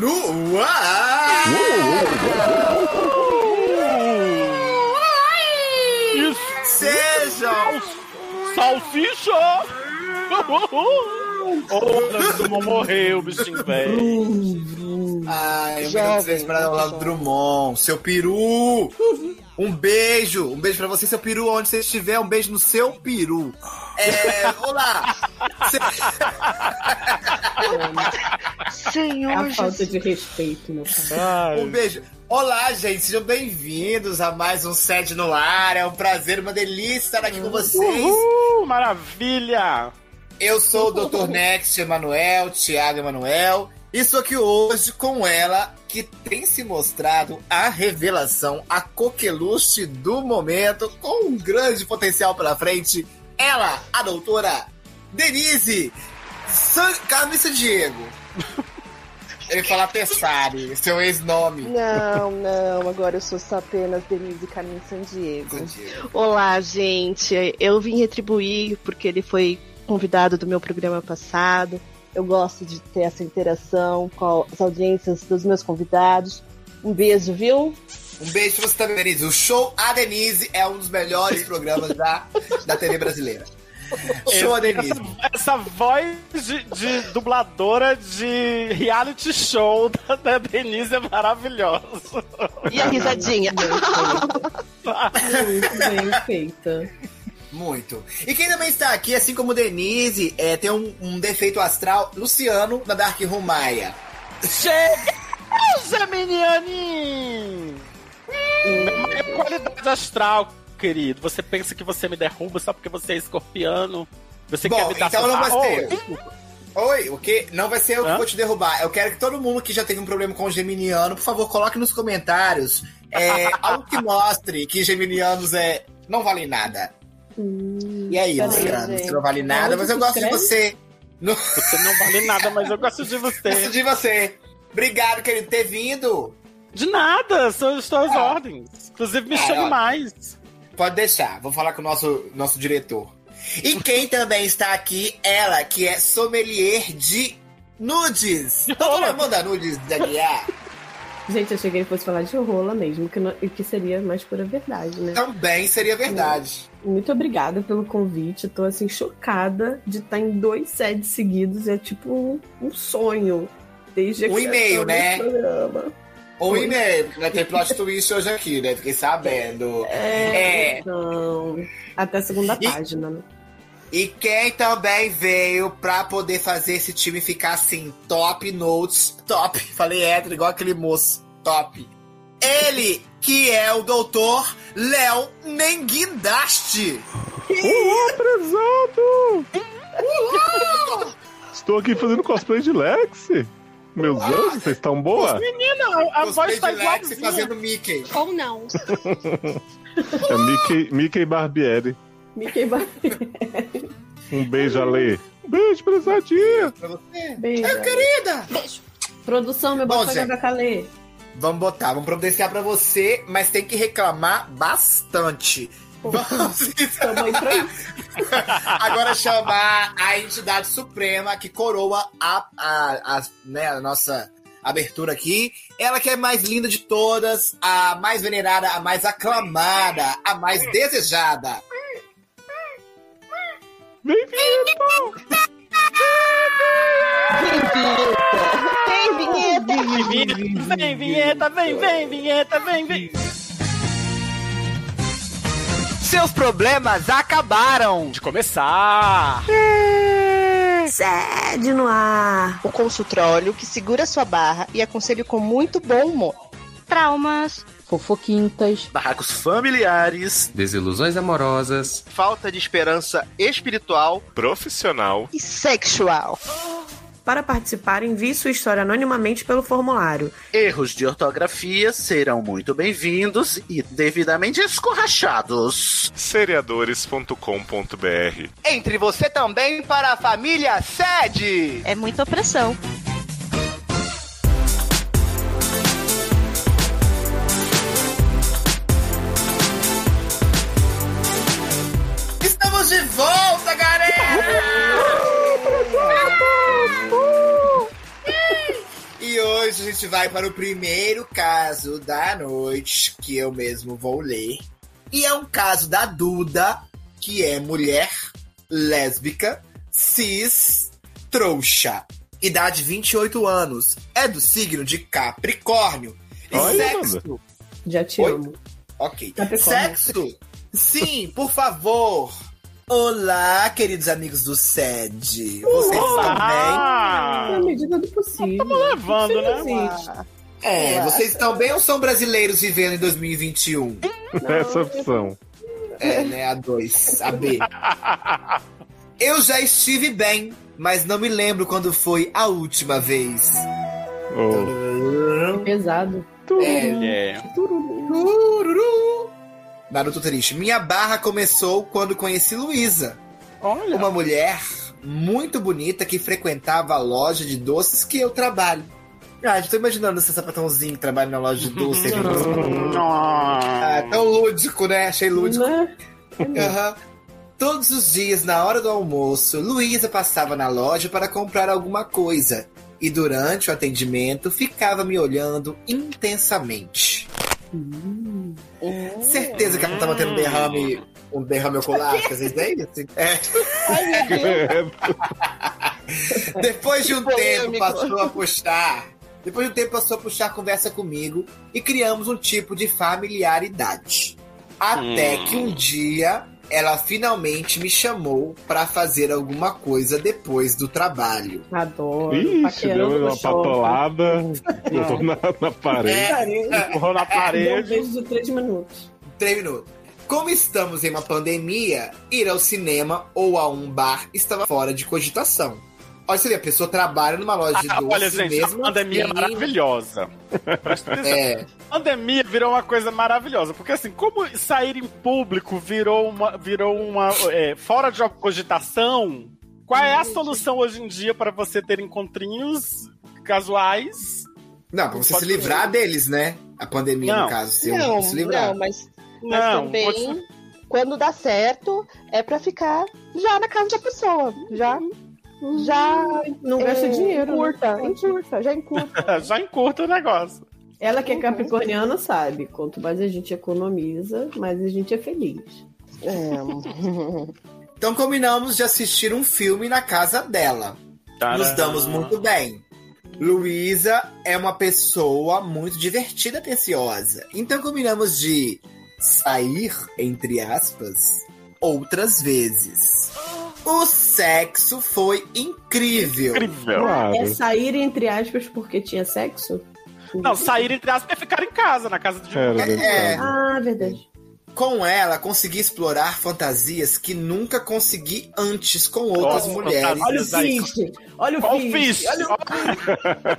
no ar! Sejam Salsicha! Olha, como morreu, bichinho velho. Ai, eu quero vocês para o lado do Drummond, seu peru! Um beijo, um beijo pra você, seu peru, onde você estiver, um beijo no seu peru. É, olá! É Senhor a falta Jesus. de respeito, meu cara. Um Ai, beijo. Olá, gente, sejam bem-vindos a mais um Sede no Ar. É um prazer, uma delícia estar aqui com vocês. Uhul, maravilha! Eu sou o Dr. Next Emanuel, Thiago Emanuel, e estou aqui hoje com ela, que tem se mostrado a revelação, a coqueluche do momento, com um grande potencial pela frente. Ela, a doutora Denise San... Camisa Diego. Ele fala Pessari, seu ex-nome. Não, não, agora eu sou só apenas Denise Carmen San Diego. San Diego. Olá, gente. Eu vim retribuir porque ele foi convidado do meu programa passado. Eu gosto de ter essa interação com as audiências dos meus convidados. Um beijo, viu? Um beijo pra você também, Denise. O show A Denise é um dos melhores programas da, da TV brasileira. Show A Denise. Essa voz de, de dubladora de reality show da, da Denise é maravilhosa. E a risadinha. Muito bem feita. Muito. E quem também está aqui, assim como Denise, é, tem um, um defeito astral, Luciano, da Dark Room Maia. Chega, Geminiani! Não Hum. é qualidade astral, querido. Você pensa que você me derruba só porque você é escorpiano? Você Bom, quer me dar então não vai sopa- ser. Oi. Oi, o que? Não vai ser eu que Hã? vou te derrubar. Eu quero que todo mundo que já teve um problema com o Geminiano, por favor, coloque nos comentários é, algo que mostre que Geminianos é, não valem nada. e aí, Tá cadê, Luciano? gente? Você não vale nada, Aonde mas eu que gosto de escreve? você. Você não vale nada, mas eu gosto de Gosto você. de você. Obrigado, querido, por ter vindo. De nada, são as tuas Ah. ordens. Inclusive, me Ah, chame ó. mais. Pode deixar, vou falar com o nosso, nosso diretor. E quem também está aqui, ela, que é sommelier de nudes. Todo mundo manda nudes da Guiar? Gente, eu cheguei que fosse falar de rola mesmo, que, não, e que seria mais pura verdade, né? Também seria verdade. Muito obrigada pelo convite. Eu Tô assim, chocada de estar em dois sedes seguidos. É tipo um, um sonho. Desde tá a Um e-mail, criação do né? programa. Ou e-mail, vai ter plot twist hoje aqui, né? Fiquei sabendo. É. Então, até a segunda E- página, né? E quem também veio pra poder fazer esse time ficar assim, top notes, top. Falei hétero, igual aquele moço, top. Ele, que é o doutor Léo Menguindaste. Então, Estou aqui fazendo cosplay de Lexi. Meus Ah, anjos, vocês estão boa? É Menina, a voz tá de Lexi igualzinha. fazendo Mickey. Ou não. É Mickey, Mickey Barbieri. Me queima. Um beijo, Ale. Um beijo, prezadinha. Pra você. Beijo. Querida! Beijo. Produção, meu Bom, bota gente. da Calê. Vamos botar, vamos providenciar pra você, mas tem que reclamar bastante. Vamos Tamanho pra isso. agora chamar a entidade suprema que coroa a, a, a, né, a nossa abertura aqui. Ela que é a mais linda de todas, a mais venerada, a mais aclamada, a mais desejada. Vem, vem. Tem vinheta! Vinheta, Vem, vinheta, vem, vem, vinheta, vem, vem. Seus problemas acabaram! De começar. Sede no ar. O consultório que segura sua barra e aconselho com muito bom humor. Traumas. Fofoquintas. Barracos familiares, Desilusões amorosas. falta de esperança espiritual. profissional. E sexual. Para participar, envie sua história anonimamente pelo formulário. Erros de ortografia serão muito bem-vindos e devidamente escorrachados. Seriadores.com.br Entre você também para a família sede! É muita opressão. Estamos de volta, galera! E hoje a gente gente vai para o primeiro caso da noite, que eu mesmo vou ler. E é um caso da Duda, que é mulher, lésbica, cis, trouxa. Idade 28 anos. É do signo de Capricórnio. E Olha, sexo. Já te Oi? amo. Ok. Capricórnio. Sexo? Sim, por favor. Olá, queridos amigos do SED. Vocês estão bem? Ah, Na medida do possível. levando, né? Existe. É, Olá. vocês estão bem ou são brasileiros vivendo em 2021? Essa opção. É, né? A 2, a B. Eu já estive bem, mas não me lembro quando foi a última vez. Oh. Pesado. É, É. tururu. Naruto Triste. Minha barra começou quando conheci Luísa. Olha. Uma mulher muito bonita que frequentava a loja de doces que eu trabalho. Ah, já tô imaginando esse sapatãozinho que trabalha na loja de doces. é ah, tão lúdico, né? Achei lúdico. Né? Aham. Todos os dias, na hora do almoço, Luísa passava na loja para comprar alguma coisa. E durante o atendimento, ficava me olhando intensamente. Certeza que ela tava tendo um derrame, um derrame ocular, que às vezes é isso. É. Depois de um tempo, Polêmico. passou a puxar. Depois de um tempo, passou a puxar a conversa comigo e criamos um tipo de familiaridade. Até Hum. que um dia ela finalmente me chamou pra fazer alguma coisa depois do trabalho. Adoro. tá Ixi, Paquerando deu uma no shopping. patolada empurrou na, na É. parede. Cara, Empurrou na Deu um parede. beijo de três minutos. Três minutos. Como estamos em uma pandemia, ir ao cinema ou a um bar estava fora de cogitação. Olha, você vê, a pessoa trabalha numa loja de Ah, doces olha, gente, a mesmo pandemia é assim, maravilhosa. Presta atenção. É, pandemia virou uma coisa maravilhosa, porque assim, como sair em público virou uma. virou uma. é, fora de cogitação, qual é a solução hoje em dia para você ter encontrinhos casuais? Não, pra você Pode se livrar ser. deles, né? A pandemia, Não. no caso, se Não, se livrar. não, mas, mas Não, também, pode ser- quando dá certo, é pra ficar já na casa da pessoa. Já. Já. Não gasta é, dinheiro. né? Encurta, encurta, já encurta. já encurta o negócio. Ela que é Uhum. capricorniana sabe. Quanto mais a gente economiza, mais a gente é feliz. É. Então combinamos de assistir um filme na casa dela. Nos damos muito bem. Luísa é uma pessoa muito divertida, preciosa. Então combinamos de sair, entre aspas, outras vezes. O sexo foi incrível. Incrível. Claro. É sair, entre aspas, porque tinha sexo? Não, sair entre aspas é ficar em casa, na casa de. um Era, deve É. ser. Ah, verdade. Com ela, consegui explorar fantasias que nunca consegui antes com Nossa, outras mulheres. fantasia. Olha Aí, Olha o fish. Olha o o fish. fish. Olha o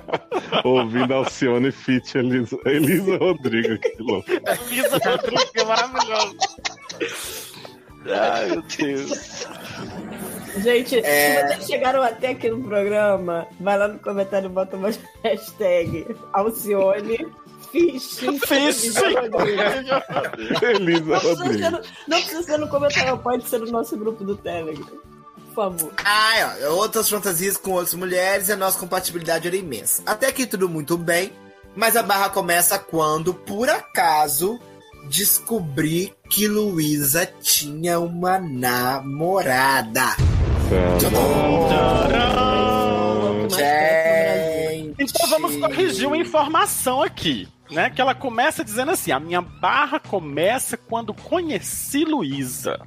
Ouvindo Alcione Fit Elisa, Elisa Rodrigo, que louco. Elisa Rodrigues, é maravilhoso. Ai, meu Deus. Gente, É. se vocês chegaram até aqui no programa, vai lá no comentário e bota uma hashtag Alcione Fish. Elisa Fish. Não precisa, ser Rodrigo. no, não precisa ser no comentário, pode ser no nosso grupo do Telegram. Por favor. Ah, é, ó, outras fantasias com outras mulheres e a nossa compatibilidade era imensa. Até que tudo muito bem, mas a barra começa quando, por acaso, descobri que Luísa tinha uma namorada. Tá Tá Ah, Tcharam! né? Então vamos corrigir uma informação aqui, né? Que ela começa dizendo assim: a minha barra começa quando conheci Luísa.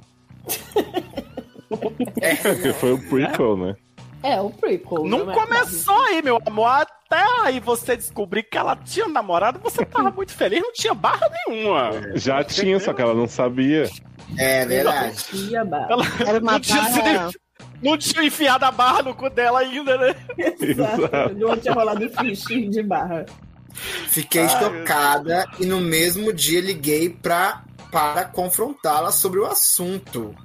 É, Porque foi o prequel, né? É, o prequel. Não né? começou aí, meu amor. Até aí você descobrir que ela tinha namorado, você tava muito feliz, não tinha barra nenhuma. Já tinha, só que ela não sabia. É verdade. E a barra. Ela Era uma não tinha, barra. sido- não tinha enfiado a barra no cu dela ainda, né? Exato. Não tinha rolado fish de barra. Fiquei chocada e no mesmo dia liguei pra, para confrontá-la sobre o assunto.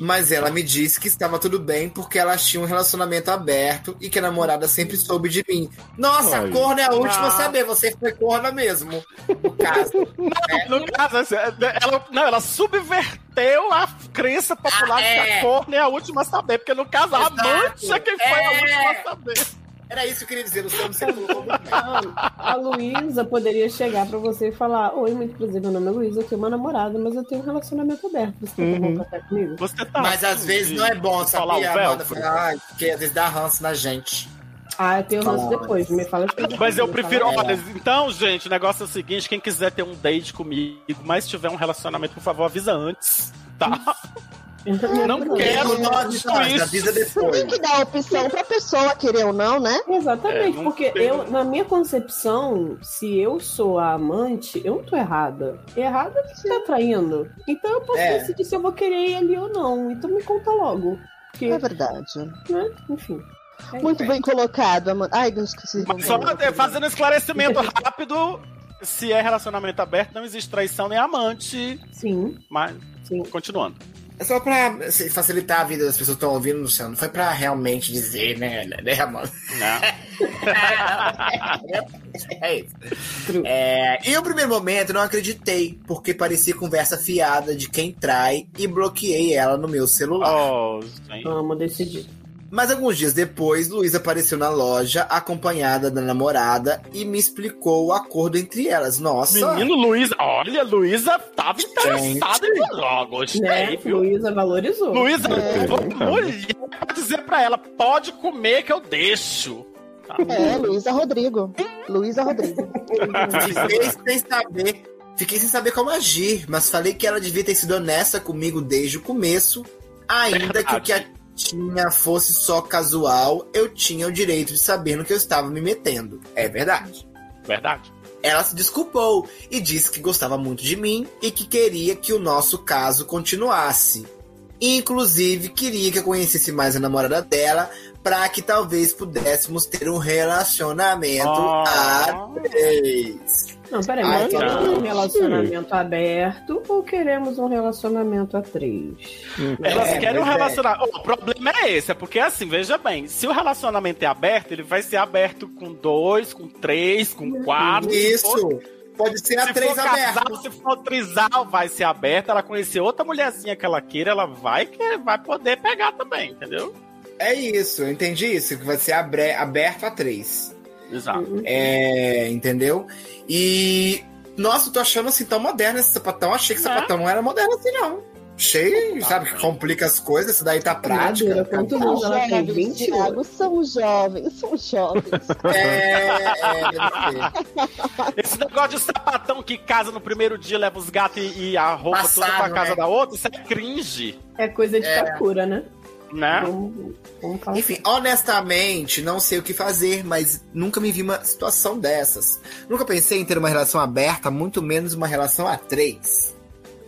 Mas ela me disse que estava tudo bem porque ela tinha um relacionamento aberto e que a namorada sempre soube de mim. Nossa, Olha. corno é a última a Ah. saber, você foi corna mesmo. No caso. né? No caso, assim, ela, não, ela subverteu a crença popular Ah, é. que a corna é a última a saber, porque no caso a Exato. amante é quem foi a última a saber. Era isso que eu queria dizer, Luciano, você colocou muito bem. A, a Luísa poderia chegar pra você e falar: Oi, muito prazer, meu nome é Luísa, eu tenho uma namorada, mas eu tenho um relacionamento aberto. Você quer tomar um Uhum. café comigo? Você tá. Mas às vezes não é bom, Falar sabia? o A véu, Amanda por fala, "Ai, porque às vezes dá ranço na gente. Ah, eu tenho ranço Nossa. depois, me fala depois. Mas eu Me prefiro. fala- olha, então, gente, o negócio é o seguinte: quem quiser ter um date comigo, mas tiver um relacionamento, por favor, avisa antes. Tá? Então, não quero. é Quero nós, nós, isso. avisa depois. Tem que dar a opção pra pessoa querer ou não, né? Exatamente, É, não porque tem- eu, na minha concepção, se eu sou a amante, eu não tô errada. Errada é que tá traindo. Então eu posso É. decidir se eu vou querer ele ou não. Então me conta logo. Porque, É né? verdade. Enfim. É Muito bem colocado, Amanda. Ai, não esqueci. Mas só é, fazendo um esclarecimento rápido: se é relacionamento aberto, não existe traição nem amante. Sim, Mas, sim. continuando. É só pra se- facilitar a vida das pessoas que estão ouvindo, Luciano. Não foi pra realmente dizer, né, né, Amanda? Né? É isso. True. É, e o primeiro momento não acreditei, porque parecia conversa fiada de quem trai e bloqueei ela no meu celular. Oh, gente. Amo decidir. Mas alguns dias depois, Luísa apareceu na loja, acompanhada da namorada, e me explicou o acordo entre elas. Nossa! Menino Luísa, olha, Luísa tava interessada em jogo. Né? Gostei, viu? Luísa valorizou. Luísa, É. mulher, pra dizer pra ela: pode comer que eu deixo. Tá? É, Luísa Rodrigo. Luísa Rodrigo. Fiquei sem saber. Fiquei sem saber como agir, mas falei que ela devia ter sido honesta comigo desde o começo. Ainda que o que a tinha fosse só casual, eu tinha o direito de saber no que eu estava me metendo. É verdade. Verdade. Ela se desculpou e disse que gostava muito de mim e que queria que o nosso caso continuasse. Inclusive, queria que eu conhecesse mais a namorada dela para que talvez pudéssemos ter um relacionamento a Ah, três. Não, peraí, Ai, nós queremos não. um relacionamento aberto ou queremos um relacionamento a três? Elas É, querem um mas é. relacionamento. O problema é esse, é porque assim, veja bem, se o relacionamento é aberto, ele vai ser aberto com dois, com três, com quatro. com outro. Isso. Pode ser a Se três for casal, aberto. se for trisal, vai ser aberto. Ela conhecer outra mulherzinha que ela queira, ela vai que vai poder pegar também, entendeu? É isso, eu entendi isso. Que vai ser abre- aberto a três. Exato. Uhum. É, entendeu? E. Nossa, eu tô achando assim tão moderno esse sapatão. Achei que Né? sapatão não era moderno assim, não. Cheio, sabe, que complica as coisas. Isso daí tá prática. Madura, quantos São anos ela tem? jovens, 20 Thiago, são jovens, são jovens. É, é, deve ser. Esse negócio de sapatão que casa no primeiro dia, leva os gatos e, e a roupa toda pra Passado, casa né? da outra, isso é cringe, É coisa de Kakura, né? né? Vamos, vamos falar. Enfim, honestamente, não sei o que fazer, mas nunca me vi uma situação dessas. Nunca pensei em ter uma relação aberta, muito menos uma relação a três.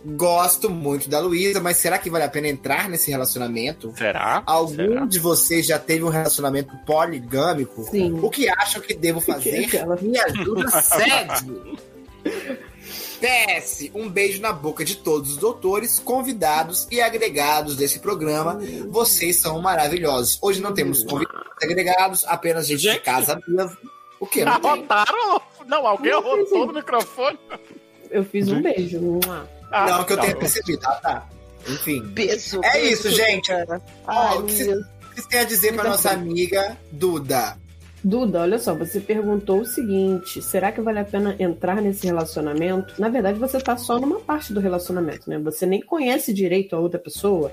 Gosto muito da Luísa, mas será que vale a pena entrar nesse relacionamento? Será? Algum Será? de vocês já teve um relacionamento poligâmico? Sim. é O que acham que devo fazer? Aquela- Me ajuda, sede! PS, um beijo na boca de todos os doutores, convidados e agregados desse programa. Vocês são maravilhosos. Hoje não temos convidados agregados, apenas gente, de Hum. Gente. casa mesmo. O que? Não tem? Arrotaram? Não, alguém Não, sim, arrotou sim. no microfone. Uhum. Eu fiz um beijo. Mua. Ah, Não, que eu tá tenha bom. percebido. Ah, tá. Enfim. Beijo. É beijo, isso, gente. cara. Ai, Ó, o que Luísa. O que vocês têm a dizer pra nossa amiga Duda? Duda, olha só, você perguntou o seguinte: será que vale a pena entrar nesse relacionamento? Na verdade, você tá só numa parte do relacionamento, né? Você nem conhece direito a outra pessoa.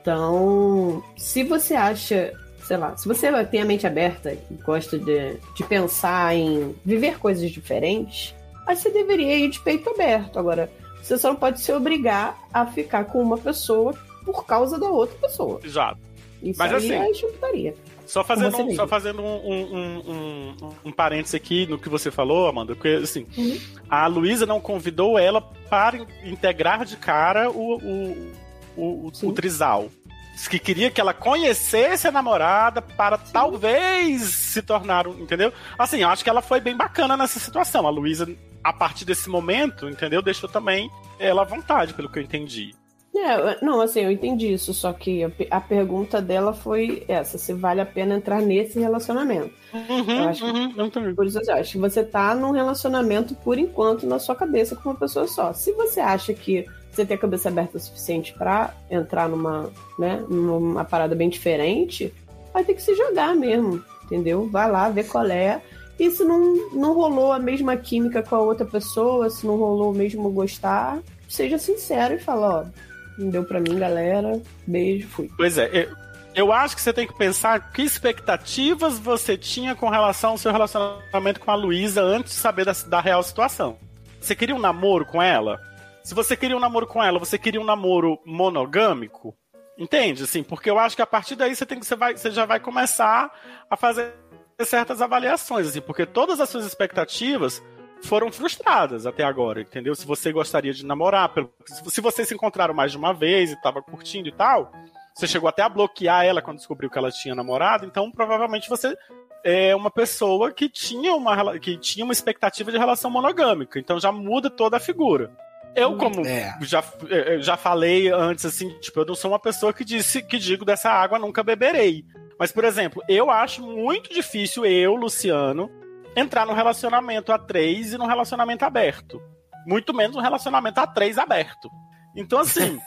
Então, se você acha, sei lá, se você tem a mente aberta e gosta de, de pensar em viver coisas diferentes, aí você deveria ir de peito aberto. Agora, você só não pode se obrigar a ficar com uma pessoa por causa da outra pessoa. Já. Isso Mas aí assim, é chupitaria. Só fazendo, Você um, mesmo. só fazendo um, um, um, um, um parênteses aqui no que você falou, Amanda, porque assim, Uhum. a Luísa não convidou ela para in- integrar de cara o, o, o, o, Sim. o Trisal. Diz Que queria que ela conhecesse a namorada para talvez se tornar um. Entendeu? Assim, eu acho que ela foi bem bacana nessa situação. A Luísa, a partir desse momento, entendeu? Deixou também ela à vontade, pelo que eu entendi. É, não, assim, eu entendi isso, só que a, pe- a pergunta dela foi essa, se vale a pena entrar nesse relacionamento. Uhum, Eu acho que- uhum, eu entendi. Por isso, eu acho que você tá num relacionamento, por enquanto, na sua cabeça com uma pessoa só. Se você acha que você tem a cabeça aberta o suficiente pra entrar numa, né, numa parada bem diferente, vai ter que se jogar mesmo. entendeu? Vai lá, vê qual é. E se não, não rolou a mesma química com a outra pessoa, se não rolou o mesmo gostar, seja sincero e fala, ó, não deu pra mim, galera. Beijo, fui. Pois é, eu, eu acho que você tem que pensar que expectativas você tinha com relação ao seu relacionamento com a Luísa antes de saber da, da real situação. Você queria um namoro com ela? Se você queria um namoro com ela, você queria um namoro monogâmico? Entende? Assim, porque eu acho que a partir daí você, tem que, você, vai, você já vai começar a fazer certas avaliações, assim, porque todas as suas expectativas foram frustradas até agora, entendeu? Se você gostaria de namorar, pelo- se vocês se encontraram mais de uma vez e tava curtindo e tal, você chegou até a bloquear ela quando descobriu que ela tinha namorado, então provavelmente você é uma pessoa que tinha uma, rela- que tinha uma expectativa de relação monogâmica, então já muda toda a figura. Eu, como É. já, eh, eu já falei antes, assim, tipo, eu não sou uma pessoa que disse que digo dessa água nunca beberei. Mas, por exemplo, eu acho muito difícil eu, Luciano, entrar num relacionamento a três e num relacionamento aberto. Muito menos um relacionamento a três aberto. Então, assim.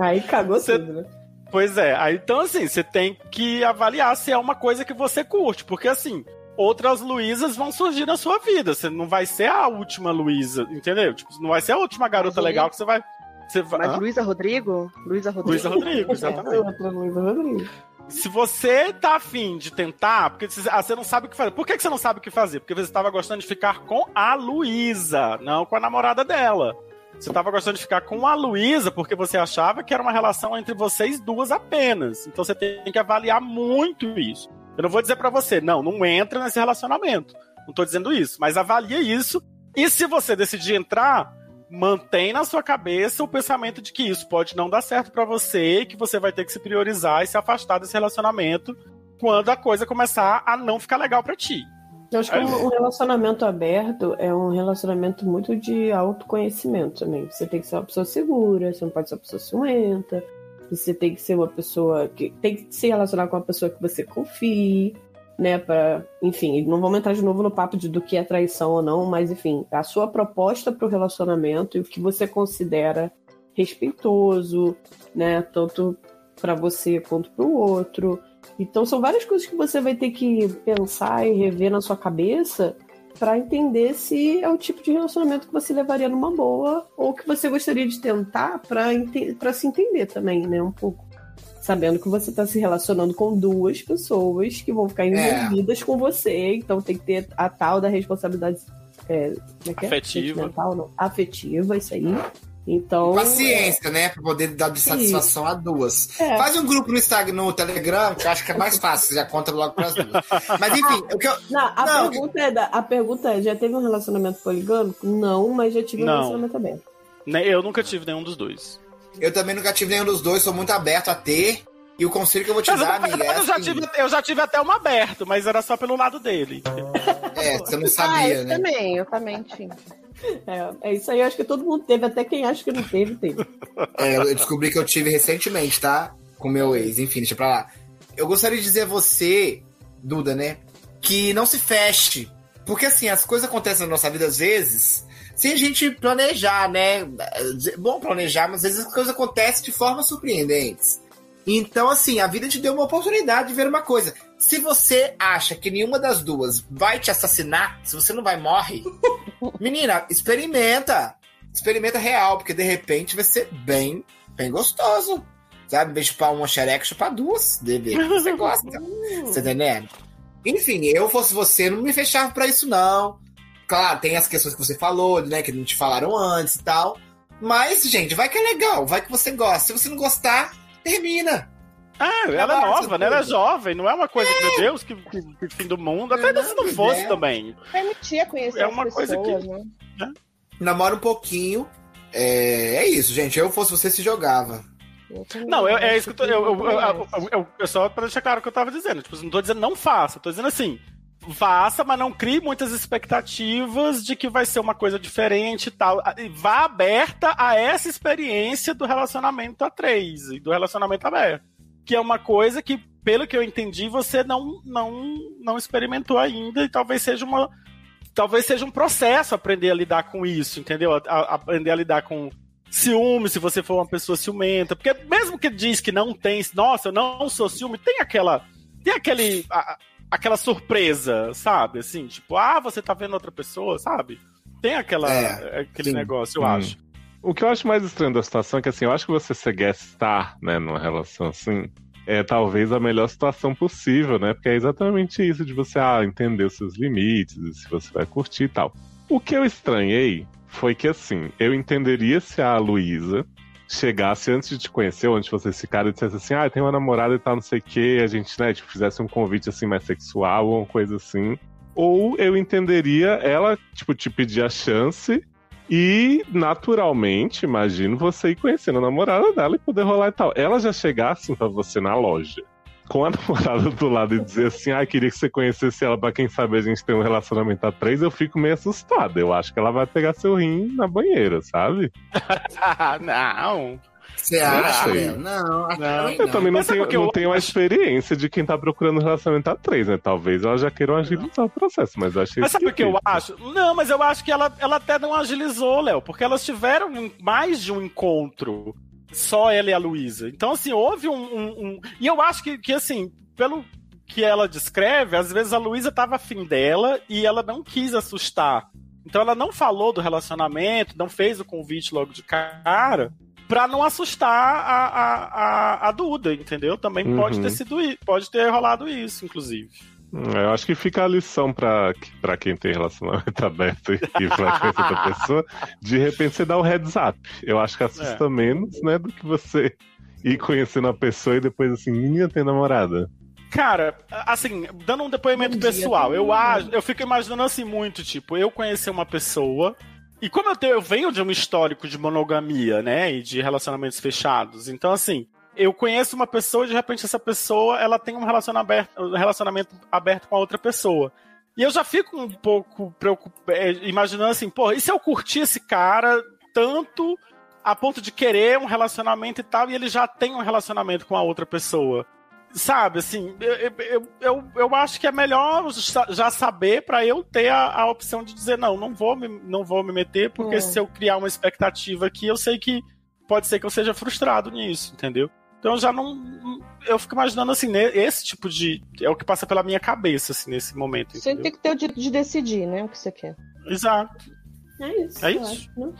Aí cagou Você- tudo, né? Pois é, aí, então assim, você tem que avaliar se é uma coisa que você curte, porque assim, outras Luísas vão surgir na sua vida, você não vai ser a última Luísa, entendeu? Tipo, não vai ser a última garota Uhum. Mas, legal que você vai... Você vai... Mas Hã? Luísa Rodrigo? Luísa Rodrigo. Luísa Rodrigo, É, exatamente. outra Luísa Rodrigues. Se você tá afim de tentar, porque você, ah, você não sabe o que fazer. Por que que você não sabe o que fazer? Porque você tava gostando de ficar com a Luísa, não com a namorada dela. Você tava gostando de ficar com a Luísa porque você achava que era uma relação entre vocês duas apenas. Então você tem que avaliar muito isso. Eu não vou dizer pra você, não, não entra nesse relacionamento. Não tô dizendo isso, mas avalia isso. E se você decidir entrar, mantém na sua cabeça o pensamento de que isso pode não dar certo pra você, que você vai ter que se priorizar e se afastar desse relacionamento quando a coisa começar a não ficar legal pra ti. Eu acho que um, um relacionamento aberto é um relacionamento muito de autoconhecimento também. Você tem que ser uma pessoa segura, você não pode ser uma pessoa ciumenta, você tem que ser uma pessoa que tem que se relacionar com uma pessoa que você confie, né? Para, enfim, não vamos entrar de novo no papo de do que é traição ou não, mas enfim, a sua proposta para o relacionamento e o que você considera respeitoso, né? Tanto para você quanto para o outro. Então são várias coisas que você vai ter que pensar e rever na sua cabeça pra entender se é o tipo de relacionamento que você levaria numa boa ou que você gostaria de tentar pra ente- pra se entender também, né, um pouco. Sabendo que você tá se relacionando com duas pessoas que vão ficar envolvidas com você, então tem que ter a tal da responsabilidade é, como é que é? Afetiva. Sentimental, não. afetiva, isso aí. Então, Paciência, né? Pra poder dar de Isso. satisfação a duas. É. Faz um grupo no Instagram, no Telegram, que eu acho que é mais fácil, você já conta logo pras duas. Mas enfim, o que eu. Não, a, Não, pergunta é da- a pergunta é: já teve um relacionamento poligâmico? Não, mas já tive um Não. relacionamento aberto. Né, Eu nunca tive nenhum dos dois. Eu também nunca tive nenhum dos dois, sou muito aberto a ter. E o conselho que eu vou te Mas dar, eu, amiga, é eu já assim, tive, eu já tive até uma aberto, mas era só pelo lado dele. é, você não ah, sabia, eu né? também, eu também tinha. É, é isso aí, eu acho que todo mundo teve, até quem acha que não teve, teve. É, eu descobri que eu tive recentemente, tá? Com meu ex, enfim, deixa pra lá. Eu gostaria de dizer a você, Duda, né? Que não se feche. Porque assim, as coisas acontecem na nossa vida às vezes, sem a gente planejar, né? É bom planejar, mas às vezes as coisas acontecem de forma surpreendentes. Então, assim, a vida te deu uma oportunidade de ver uma coisa. Se você acha que nenhuma das duas vai te assassinar, se você não vai, morre. Menina, experimenta experimenta real, porque de repente vai ser bem, bem gostoso. Sabe? Em vez de chupar uma xereca, chupar duas. Bebê, que você gosta. você tá entendendo? Enfim, eu fosse você, não me fechava pra isso, não. Claro, tem as questões que você falou, né? Que não te falaram antes e tal. Mas, gente, vai que é legal, vai que você gosta. Se você não gostar, termina. Ah, ela é nova, né? Ela é jovem, não é uma coisa, meu Deus, que, que- que fim do mundo. Até se não fosse né? também. Permitia conhecer É uma as coisa pessoas, que- né? Namora um pouquinho. É, é isso, gente. Eu fosse você, se jogava. Eu também Não, eu, é acho isso que eu, tô, que eu, eu, não eu- conhece. eu- eu- eu- só pra deixar claro o que eu tava dizendo. Tipo, eu não tô dizendo não faça, eu tô dizendo assim, faça, mas não crie muitas expectativas de que vai ser uma coisa diferente e tal. E Vá aberta a essa experiência do relacionamento a três e do relacionamento aberto. Que é uma coisa que, pelo que eu entendi, você não, não, não experimentou ainda e talvez seja uma. Talvez seja um processo aprender a lidar com isso, entendeu? A- a- aprender a lidar com ciúme, se você for uma pessoa ciumenta. Porque mesmo que diz que não tem, nossa, eu não sou ciúme, tem aquela tem aquele. a- a- aquela surpresa, sabe? Assim, tipo, ah, você tá vendo outra pessoa, sabe? Tem aquela, É, aquele sim. negócio, eu Hum. acho. O que eu acho mais estranho da situação é que, assim, eu acho que você se gastar, né, numa relação assim, é talvez a melhor situação possível, né? Porque é exatamente isso de você, ah, entender os seus limites, se você vai curtir e tal. O que eu estranhei foi que, assim, eu entenderia se a Luísa chegasse antes de te conhecer, ou antes de vocês ficarem, e dissesse assim, ah, tem uma namorada e tal, não sei o quê, a gente, né, tipo, fizesse um convite, assim, mais sexual ou uma coisa assim. Ou eu entenderia ela, tipo, te pedir a chance e, naturalmente, imagino você ir conhecendo a namorada dela e poder rolar e tal. Ela já chegar assim pra você na loja, com a namorada do lado e dizer assim: ah, queria que você conhecesse ela pra quem sabe a gente tem um relacionamento a três, eu fico meio assustado. Eu acho que ela vai pegar seu rim na banheira, sabe? Ah, não. Você acha, acha? sei. né? Não, a Não. Karen Eu também não Ah, Mas sabe tenho, o que eu não tenho a acho? experiência de quem tá procurando um relacionamento a três, né? Talvez ela já queira agilizar o processo, mas eu achei Mas sabe o que eu esquisito. acho? Não, mas eu acho que ela, ela até não agilizou, Léo, porque elas tiveram um- mais de um encontro, só ela e a Luísa. Então, assim, houve um, um- um- E eu acho que, que, assim, pelo que ela descreve, às vezes a Luísa tava afim dela e ela não quis assustar. Então ela não falou do relacionamento, não fez o convite logo de cara, pra não assustar a, a, a, a Duda, entendeu? Também pode Uhum. ter sido. i- Pode ter rolado isso, inclusive. Hum, Eu acho que fica a lição pra, pra quem tem relacionamento aberto e pra conhecer outra pessoa. De repente você dá o heads up. Eu acho que assusta menos, né, do que você ir conhecendo a pessoa e depois assim, minha tem namorada. Cara, assim, dando um depoimento Bom dia, pessoal, todo eu mundo. acho, eu fico imaginando assim muito, tipo, eu conhecer uma pessoa. E como eu tenho, eu venho de um histórico de monogamia, né, e de relacionamentos fechados. Então assim, eu conheço uma pessoa e de repente essa pessoa, ela tem um relaciona- aberto- um relacionamento aberto com a outra pessoa. E eu já fico um pouco preocupado, imaginando assim, pô, e se eu curtir esse cara tanto a ponto de querer um relacionamento e tal, e ele já tem um relacionamento com a outra pessoa? Sabe, assim, eu, eu, eu- eu, eu acho que é melhor sa- já saber pra eu ter a, a opção de dizer, não, não vou me, não vou me meter, porque É. se eu criar uma expectativa aqui, eu sei que pode ser que eu seja frustrado nisso, entendeu? Então eu já não. Eu fico imaginando assim, né, esse tipo de. É o que passa pela minha cabeça, assim, nesse momento. Você Entendeu? tem que ter o direito de decidir, né? O que você quer. Exato. É isso. É eu isso? acho, né?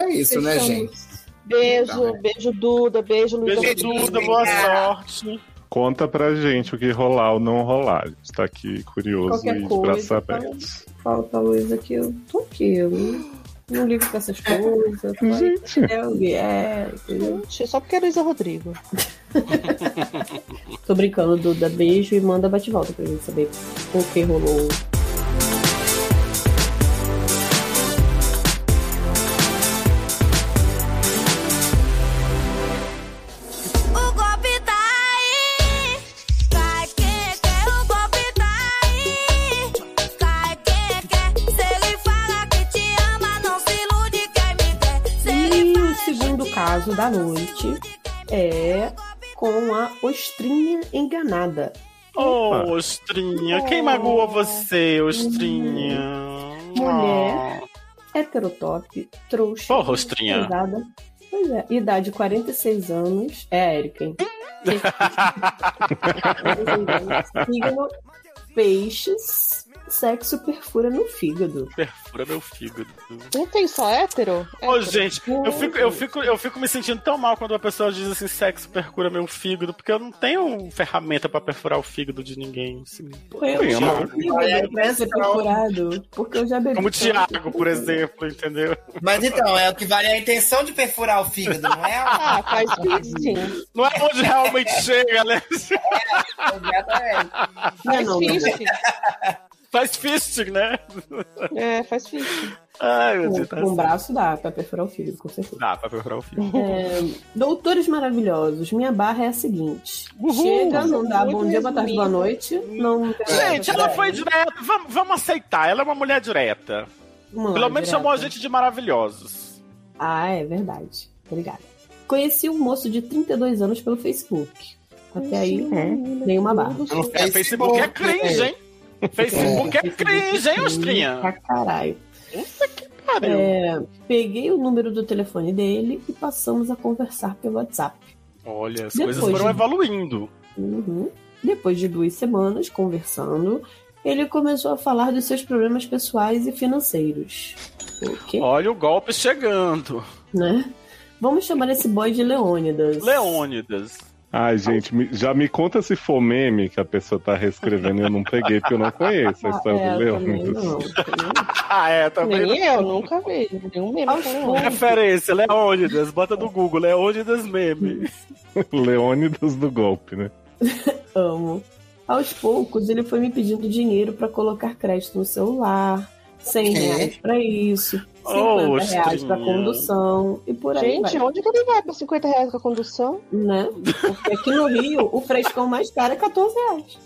É isso, né, gente? Beijo, Tá, beijo, Duda, beijo, Luísa. Beijo, Duda, boa sorte. Conta pra gente o que rolar ou não rolar. A gente tá aqui curioso Qualquer e de coisa, tá? braços fala. abertos. Fala pra Luísa que eu tô aqui. Eu não- não ligo pra essas coisas. vai, Gente. entendeu? É, entendeu? Gente, só porque é Luísa Rodrigo. Tô brincando, Duda. Beijo e manda bate-volta pra gente saber o que rolou. O golpe tá aí. Cai que quer, o golpe tá aí. Cai que quer. Se ele fala que te ama, não se ilude quem me quer. Se ele E o fala segundo caso da noite é com a ostrinha enganada. Ô, Ah. Ostrinha, quem Oh. magoou você, Ostrinha? Mulher. Heterotop, trouxa. Porra, Ostrinha. Casada. Pois é, idade 46 anos. É a Erika, hein? Signo peixes, sexo perfura no fígado. Perfura meu fígado. Não tem só hétero? Ô, Hétero. gente, eu fico, eu, fico, eu fico me sentindo tão mal quando a pessoa diz assim, sexo percura meu fígado, porque eu não tenho ferramenta pra perfurar o fígado de ninguém. assim. Eu Tem, já amor. vi bebê pra ser é perfurado, porque eu já bebi. Como o tanto. Thiago, por exemplo, entendeu? Mas então, é o que vale é a intenção de perfurar o fígado, não é? Ah, faz fisting. Não é onde realmente chega, né? Exatamente. Não, Faz não, não. fisting. Faz fisting, né? É, faz fisting. Ai, meu Com, Deus. tá com o braço dá pra perfurar o fígado, com certeza. Dá pra perfurar o fígado. É, Doutores maravilhosos, minha barra é a seguinte: Uhul. chega, não dá Muito bom dia, boa tarde, boa resumido. noite. Não Gente, ela foi direta. Vamos, vamos aceitar. Ela é uma mulher direta. Vamos lá, Pelo menos direto. chamou a gente de maravilhosos. Ah, é verdade. Obrigada. Conheci um moço de 32 anos pelo Facebook. Até aí, nenhuma barra. É, Facebook é cringe, hein? Facebook é Facebook cringe, hein, cringe Pra Ostrinha? caralho. É, Pariu. Peguei o número do telefone dele e passamos a conversamos a conversar pelo WhatsApp. Olha, as É. Depois, coisas foram né? evoluindo. Uhum. Depois de duas semanas conversando, ele começou a falar dos seus problemas pessoais e financeiros. O quê? Olha o golpe chegando. Né? Vamos chamar esse boy de Leônidas. Leônidas. Ai, gente, me- já me conta se for meme que a pessoa tá reescrevendo e eu não peguei, porque eu não conheço a Ah, história é, do eu também Leônidas. não, também Ah, é, também. Nem eu, nunca vi. Nenhum meme Aos com poucos. Leônidas. Referência, Leônidas, bota no Google, Leônidas meme. Leônidas do golpe, né? não. Amo. Aos poucos, ele foi me pedindo dinheiro para colocar crédito no celular, 100 É? reais para isso, 50 Oh, reais para estrinha. condução e por aí Gente, vai, onde que ele vai com 50 reais com a condução? né? Porque aqui no Rio, o frescão mais caro é 14 reais.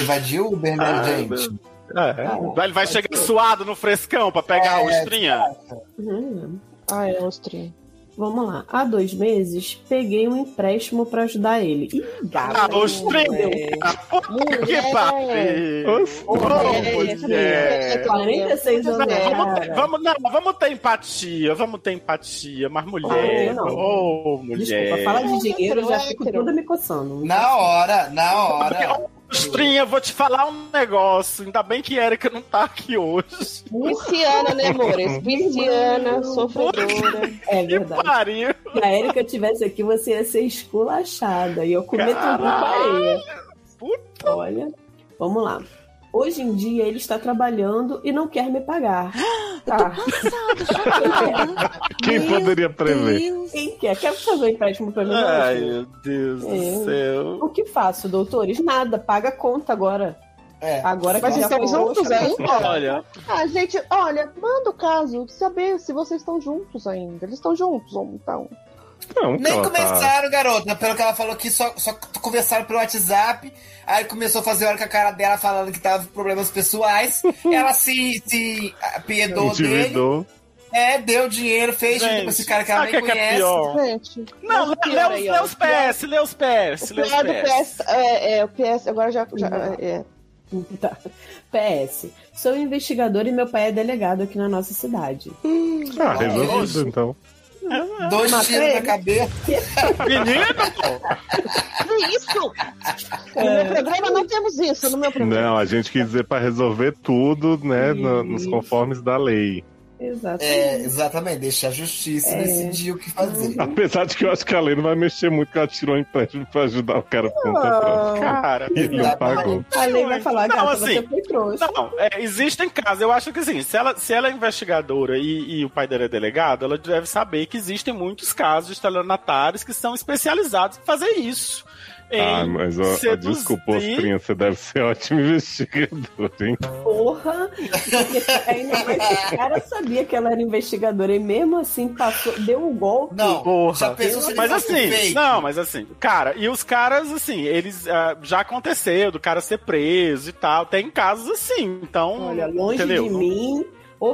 Invadiu o É, Uber, né, Ah, gente? Ah, Vai- Ele vai chegar suado no frescão pra pegar a É, ostrinha. Hum. Ah, é um stream. Vamos lá. Há dois meses, peguei um empréstimo pra ajudar ele. Ih, A gado. ostrinha. É. Puta Ah, que Mulher. pariu. É. Nossa, Ô, Mulher. é, mulher. 46 Não, anos. vamos, ter, cara. vamos, não, vamos ter empatia, vamos ter empatia, mas mulher. Ah, não. Ô, mulher. Desculpa, falar de Não, dinheiro, eu já hétero, fico hétero. toda Tá me coçando. Na hora, na hora. Ostrinha, vou te falar um negócio. Ainda bem que Erika não tá aqui hoje. Viciana, né, amores? Viciana, sofredora. É Que verdade. pariu. Se a Erika estivesse aqui, você ia ser esculachada. E eu comer tudo com a Caralho. areia. Olha, vamos lá. Hoje em dia, ele está trabalhando e não quer me pagar. Tá. Quem poderia prever? Quem quer? Quer fazer um empréstimo pra mim? não, Ai, filho? meu Deus É. do céu. O que faço, doutores? Nada. Paga a conta agora. É. Agora Mas que já estamos foi juntos outra- ainda? Olha, Ah, gente, olha, manda o caso de saber se vocês estão juntos ainda. Eles estão juntos, ou então. Não, que Nem ela tá- começaram, garota. Pelo que ela falou que só, só conversaram pelo WhatsApp. Aí começou a fazer hora com a cara dela falando que tava com problemas pessoais. ela se, se apiedou dele. Endividou. É, deu dinheiro, fez Gente, junto com esse cara que ela sabe o nem que, que é conhece. pior? Gente. Não, mas lê, pior lê os- aí, lê ó. os PS, lê os PS, O lê os pior do PS. PS. É, é, o PS. Agora já. já é, é. Tá. PS. Sou investigador e meu pai é delegado aqui na nossa cidade. Ah, é resolvido, então. Dois Mas tiros na ele- cabeça. Menino, Que isso? É. No meu programa não temos isso. No meu programa. Não, a gente quis dizer pra resolver tudo, né, no- nos conformes da lei. Exato. É, exatamente. Deixa a justiça É. decidir o que fazer. Apesar de que eu acho que a lei não vai mexer muito, que ela tirou um empréstimo pra ajudar o cara por conta própria. Ah, cara. E não pagou. A lei vai falar, Não, gata, assim, você foi trouxa. Não, é, existem casos. Eu acho que assim, se ela, se ela é investigadora e, e o pai dela é delegado, ela deve saber que existem muitos casos de estelionatários que são especializados em fazer isso. Em- Ah, mas ó, seduzir. desculpa, Ostrinha, você deve ser ótimo investigador, hein? Porra! Porque ainda mais que o cara sabia que ela era investigadora e mesmo assim passou, deu um golpe. Não, Porra. já pensou se ele Mas fosse assim, fake? não, mas assim, cara, e os caras, assim, eles ah, já aconteceu do cara ser preso e tal. Tem casos assim, então. Olha, longe entendeu? de mim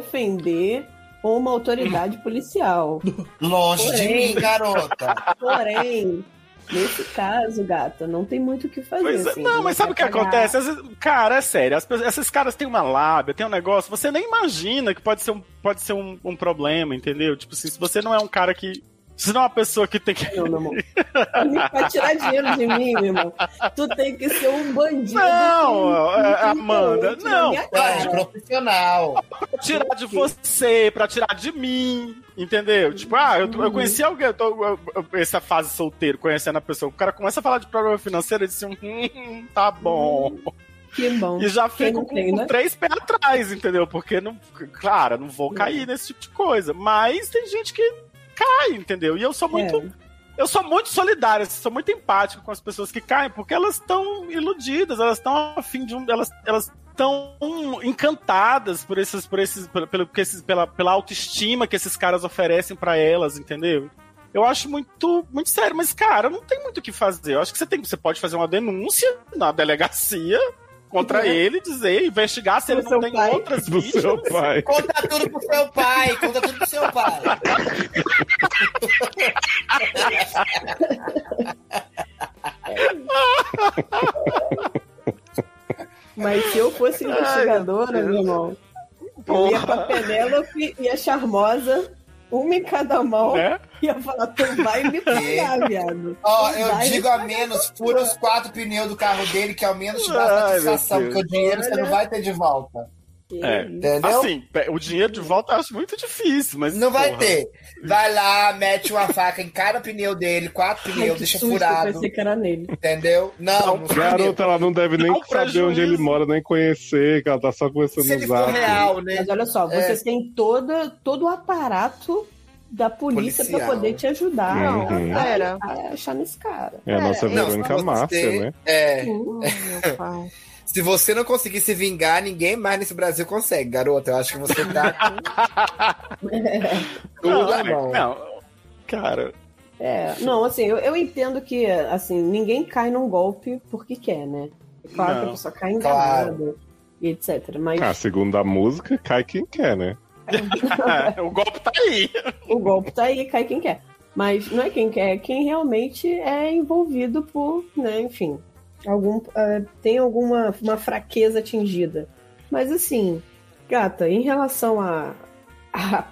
ofender uma autoridade policial. Longe Porém. de mim, garota. Porém, nesse caso, gata, não tem muito o que fazer. Pois é, assim, não, ele mas vai sabe o que pagar. acontece? Às vezes- cara, é sério. as pessoas- esses caras têm uma lábia, têm um negócio, você nem imagina que pode ser um, pode ser um, um problema, entendeu? Tipo assim, se você não é um cara que. Se não é uma pessoa que tem que. Não, meu amor. Pra tirar dinheiro de mim, meu irmão, tu tem que ser um bandido. Não, que- é, Amanda, que- na não. minha Ah, é cara. profissional. Pra tirar de você, pra tirar de mim, entendeu? Tipo, ah, eu, eu conheci alguém, eu tô, eu- eu- essa fase solteiro, conhecendo a pessoa. O cara começa a falar de problema financeiro, eu disse, hum, tá bom. Que bom. E já Quem fico não com, tem, com né? três pés atrás, entendeu? Porque, não, claro, não vou Uhum. cair nesse tipo de coisa. Mas tem gente que cai, entendeu? E eu sou muito. É. Eu sou muito solidário, assim, sou muito empático com as pessoas que caem, porque elas estão iludidas, elas estão afim de um. Elas, elas estão encantadas por esses, por esses, pelo, pelo- que esses- pela, pela autoestima que esses caras oferecem pra elas, entendeu? Eu acho muito, muito sério, mas cara, não tem muito o que fazer. Eu acho que você tem, você pode fazer uma denúncia na delegacia contra ele, dizer, investigar se Uhum. Do ele seu não tem pai? outras Do vítimas. seu pai. Conta tudo pro seu pai. Conta tudo pro seu pai. Mas se eu fosse investigadora, meu irmão, eu ia pra Penélope e a Charmosa. uma em cada mão né? e ia falar, tu vai me É. pagar, viado. Ó, Tu eu vai digo a menos, fura os quatro pneus do carro dele, que ao menos te dá Ai, satisfação, meu porque o dinheiro você não Olha. vai ter de volta. Que É. isso. Entendeu? Assim, pe- o dinheiro de volta eu acho muito difícil, mas. não vai porra, ter. Vai lá, mete uma faca em cada pneu dele, quatro Ai, pneus, que deixa susto, Eu furado, pensei que era nele. entendeu? Não, não fudeu. Garota, ela não deve nem Dá um saber onde prejuízo. ele mora, nem conhecer, que ela tá só conversando Se no ele for zap. real, né? Mas olha só, você É. tem toda, todo o aparato da polícia pra Policial. Uhum. poder te ajudar Não, a- era. a achar nesse cara. É a nossa É, Não, se Verônica você- Márcia, né? É. Ai, meu pai. Se você não conseguir se vingar, ninguém mais nesse Brasil consegue, garota. Eu acho que você tá com tudo Não, na mão. não. Cara, É, não, assim, eu, eu entendo que, assim, ninguém cai num golpe porque quer, né? Claro que Não. a pessoa cai enganada e etc. Mas Ah, segundo a música, cai quem quer, né? o golpe tá aí. o golpe tá aí, cai quem quer. Mas não é quem quer, é quem realmente é envolvido por, né, enfim, algum, eh, tem alguma uma fraqueza atingida. Mas assim, gata, em relação a, a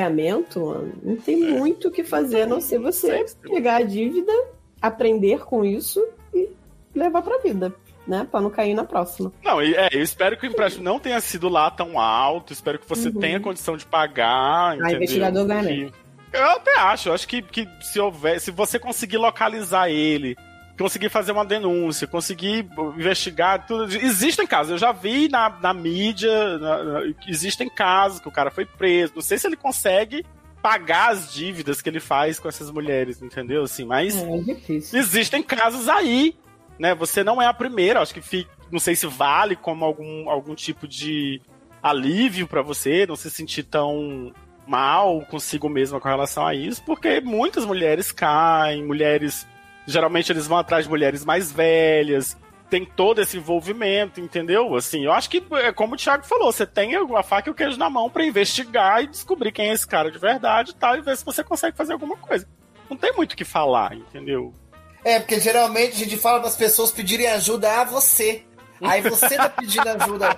pagamento, não tem É. muito o que fazer, a não ser você pegar a dívida, aprender com isso e levar pra vida, né? Pra não cair na próxima. Não, e- é, eu espero que o empréstimo não tenha sido lá tão alto, espero que você Uhum. Ah, tenha condição de pagar, entendeu? investigador ganha. Que- Eu até acho, eu acho que, que se houver, se você conseguir localizar ele, conseguir fazer uma denúncia, conseguir investigar tudo, existem casos, eu já vi na, na mídia, na- na- existem casos que o cara foi preso, não sei se ele consegue pagar as dívidas que ele faz com essas mulheres, entendeu? Assim, mas É, difícil. existem casos aí, né? Você não é a primeira, acho que fica, não sei se vale como algum, algum tipo de alívio pra você, não se sentir tão mal consigo mesma com relação a isso, porque muitas mulheres caem, mulheres geralmente eles vão atrás de mulheres mais velhas, tem todo esse envolvimento, entendeu? Assim, eu acho que é como o Thiago falou, você tem a faca e o queijo na mão pra investigar e descobrir quem é esse cara de verdade, e tal, e ver se você consegue fazer alguma coisa. Não tem muito o que falar, entendeu? É, porque geralmente a gente fala para as pessoas pedirem ajuda a você. Aí você tá pedindo ajuda.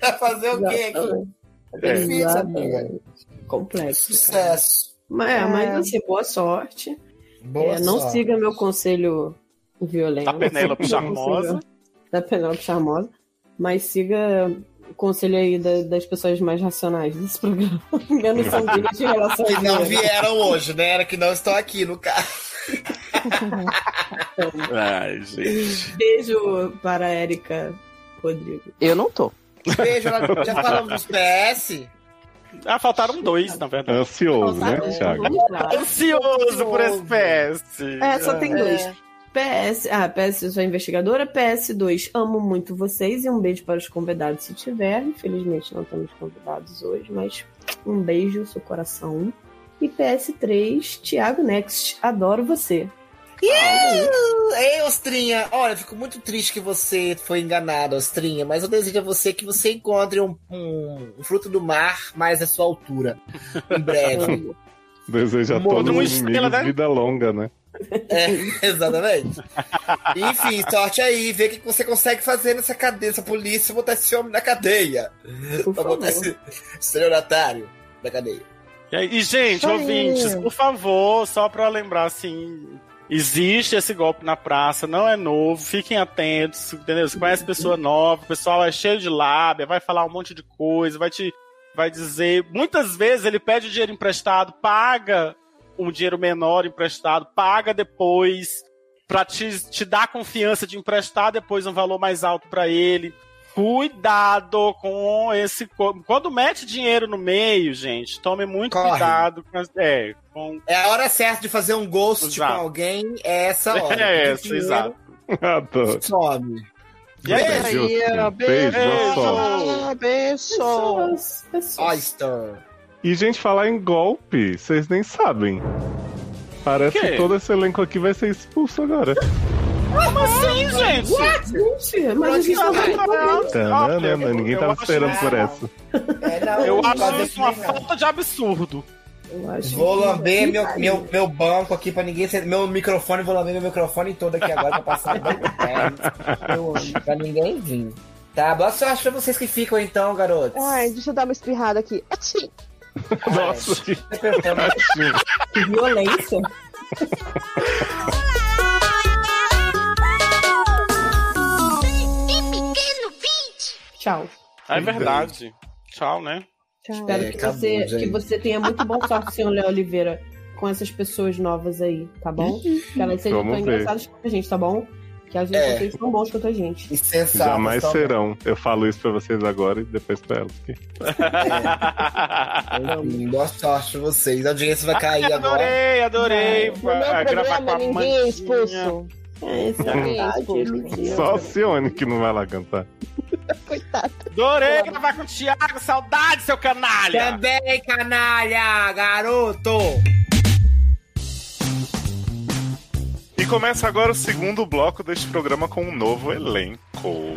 pra fazer o quê aqui? Exatamente. É difícil, Exatamente. amiga. Complexo. cara. Sucesso. Mas, É. mas assim, boa sorte. Boa É, não sorte. siga meu conselho violento. Da Penélope Charmosa. Não siga- Da Penélope Charmosa. Mas siga o conselho aí da- das pessoas mais racionais desse programa. Menos são de um relação Que a não dinheiro. vieram hoje, né? Era que não estou aqui no carro. Ai, gente. Beijo para a Érica Rodrigo. Eu não tô. Beijo, ela- já falamos dos PS. Ah, faltaram dois, na verdade. Ansioso, né, Vamos Thiago? lá. Ansioso por esse PS. É, só tem dois. É. PS, ah, PS, sou investigadora. PS2, amo muito vocês e um beijo para os convidados se tiver. Infelizmente não temos convidados hoje, mas um beijo, seu coração. E PS3, Thiago Next, adoro você. Ei, Ostrinha, olha, eu fico muito triste que você foi enganada, Ostrinha, mas eu desejo a você que você encontre um, um- um fruto do mar mais à sua altura. Em breve. Deseja a Muda todos uma os estrela, amigos né? vida longa, né? É, exatamente. Enfim, sorte aí, vê o que você consegue fazer nessa cadeia, essa polícia botar esse homem na cadeia. Por Pra botar favor. esse estelionatário na cadeia. E, aí- e, gente, Aí. um. ouvintes, por favor, só pra lembrar, assim. Existe esse golpe na praça, não é novo, fiquem atentos, entendeu? Você conhece pessoa nova, o pessoal é cheio de lábia, vai falar um monte de coisa, vai te. Vai dizer. Muitas vezes ele pede o dinheiro emprestado, paga um dinheiro menor emprestado, paga depois, pra te, te dar confiança de emprestar depois um valor mais alto pra ele. Cuidado com esse. co- Quando mete dinheiro no meio, gente, tome muito Corre. cuidado com. as- É, com. É a hora certa de fazer um ghost Exato. com alguém, é essa hora. É, Porque essa, exato. Adoro. Some. Beijo, Justin. Beijo, boa Beijo. sorte. Ah, Beijo. Pessoas, pessoas. Oyster. E, gente, falar em golpe, vocês nem sabem. Parece Quê? que todo esse elenco aqui vai ser expulso agora. Sim, gente! Gente, mas a gente tá não vai Tanana, Olha, ninguém eu tava acho esperando isso- por essa. É, não, Eu não acho fazer isso uma isso não. falta de absurdo. Eu acho Vou que- lamber meu, meu, meu banco aqui pra ninguém. ser- Meu microfone, vou lamber meu microfone todo aqui agora pra passar bem perto, pra ninguém vir. Tá, boa sorte pra vocês que ficam então, garotos. Ai, deixa eu dar uma espirrada aqui. Atchim. Nossa, que tadinho. Que violência. Tchau. Ah, É verdade. Tchau, né? Tchau. Espero É, que, acabou, você, gente. que você tenha muito bom sorte, senhor Léo Oliveira, com essas pessoas novas aí, tá bom? Que elas sejam Vamos tão ver. engraçadas quanto a gente, tá bom? Que às vezes Uhum. É. tá vocês são bons quanto a gente. E sensato. Jamais só- serão. Eu falo isso pra vocês agora e depois pra elas. Hum, Boa sorte pra vocês. A audiência vai cair agora. Adorei, adorei. No meu Ah, gravar com programa, a ninguém é mantinha. expulso. É, isso é Ninguém é verdade. expulso. Só a Cione que não vai lá cantar. Coitado. Adorei gravar com o Thiago. Saudade, seu canalha. Também, canalha, garoto! E começa agora o segundo bloco deste programa com um novo elenco.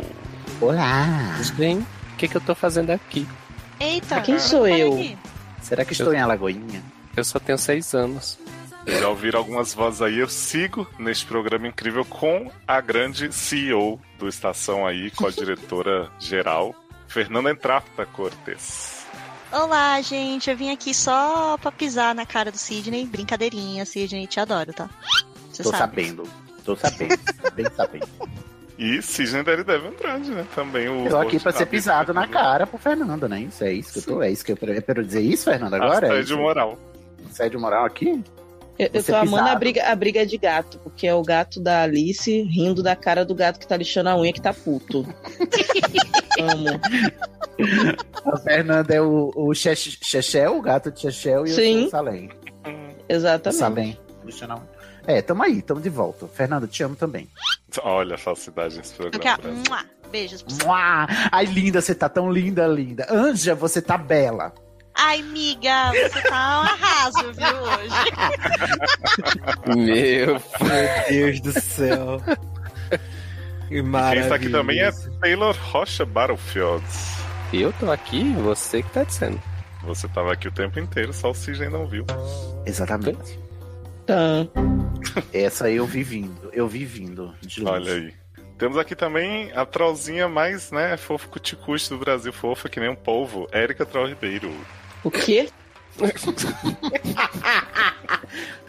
Olá! Bem, o que, que eu tô fazendo aqui? Eita. Quem sou Olha eu? aqui. Será que estou em Alagoinha? Eu só tenho seis anos. Já ouviram algumas vozes aí? Eu sigo neste programa incrível com a grande CEO do Estação aí, com a diretora geral, Fernanda Entrapta Cortes. Olá, gente. Eu vim aqui só pra pisar na cara do Sidney. Brincadeirinha, Sidney. Te adoro, tá? Você Tô sabe. sabendo. Tô sabendo. Bem sabendo. E Sidney Daredevil Andrade, né? Também o. Tô aqui pra ser rosto-cabeça pisado na do- cara por Fernanda, né? Isso é isso que eu tô. É isso que eu é pra eu dizer isso, Fernanda, agora? Assédio É isso? moral. Assédio moral aqui? Eu, eu Você tô amando a pisado. briga, a briga de gato, porque é o gato da Alice rindo da cara do gato que tá lixando a unha que tá puto. Amo. A Fernanda é o, o Che- Chechel, o gato de Chechel e eu Sim. sou o Salem. Exatamente. Salem. Deixa eu não. É, tamo aí, tamo de volta. Fernanda, te amo também. Olha a falsidade nesse Eu programa. quero... né? Brasil. Mua. Beijos pra você. Mua! Ah, Ai, linda, você tá tão linda, linda. Anja, você tá bela. Ai, miga. Você tá um arraso, viu, hoje. Meu Deus do céu. Que Quem maravilha. está aqui também é Taylor Rocha Battlefields. Eu tô aqui, você que tá dizendo. Você tava aqui o tempo inteiro, só o Sidney não viu. Exatamente. Tá. Tã. Essa aí eu vi vindo. Eu vi vindo de longe. Olha aí. Temos aqui também a trollzinha mais, né, fofo cuticute do Brasil, fofa que nem um polvo, Érica Troll Ribeiro. O quê?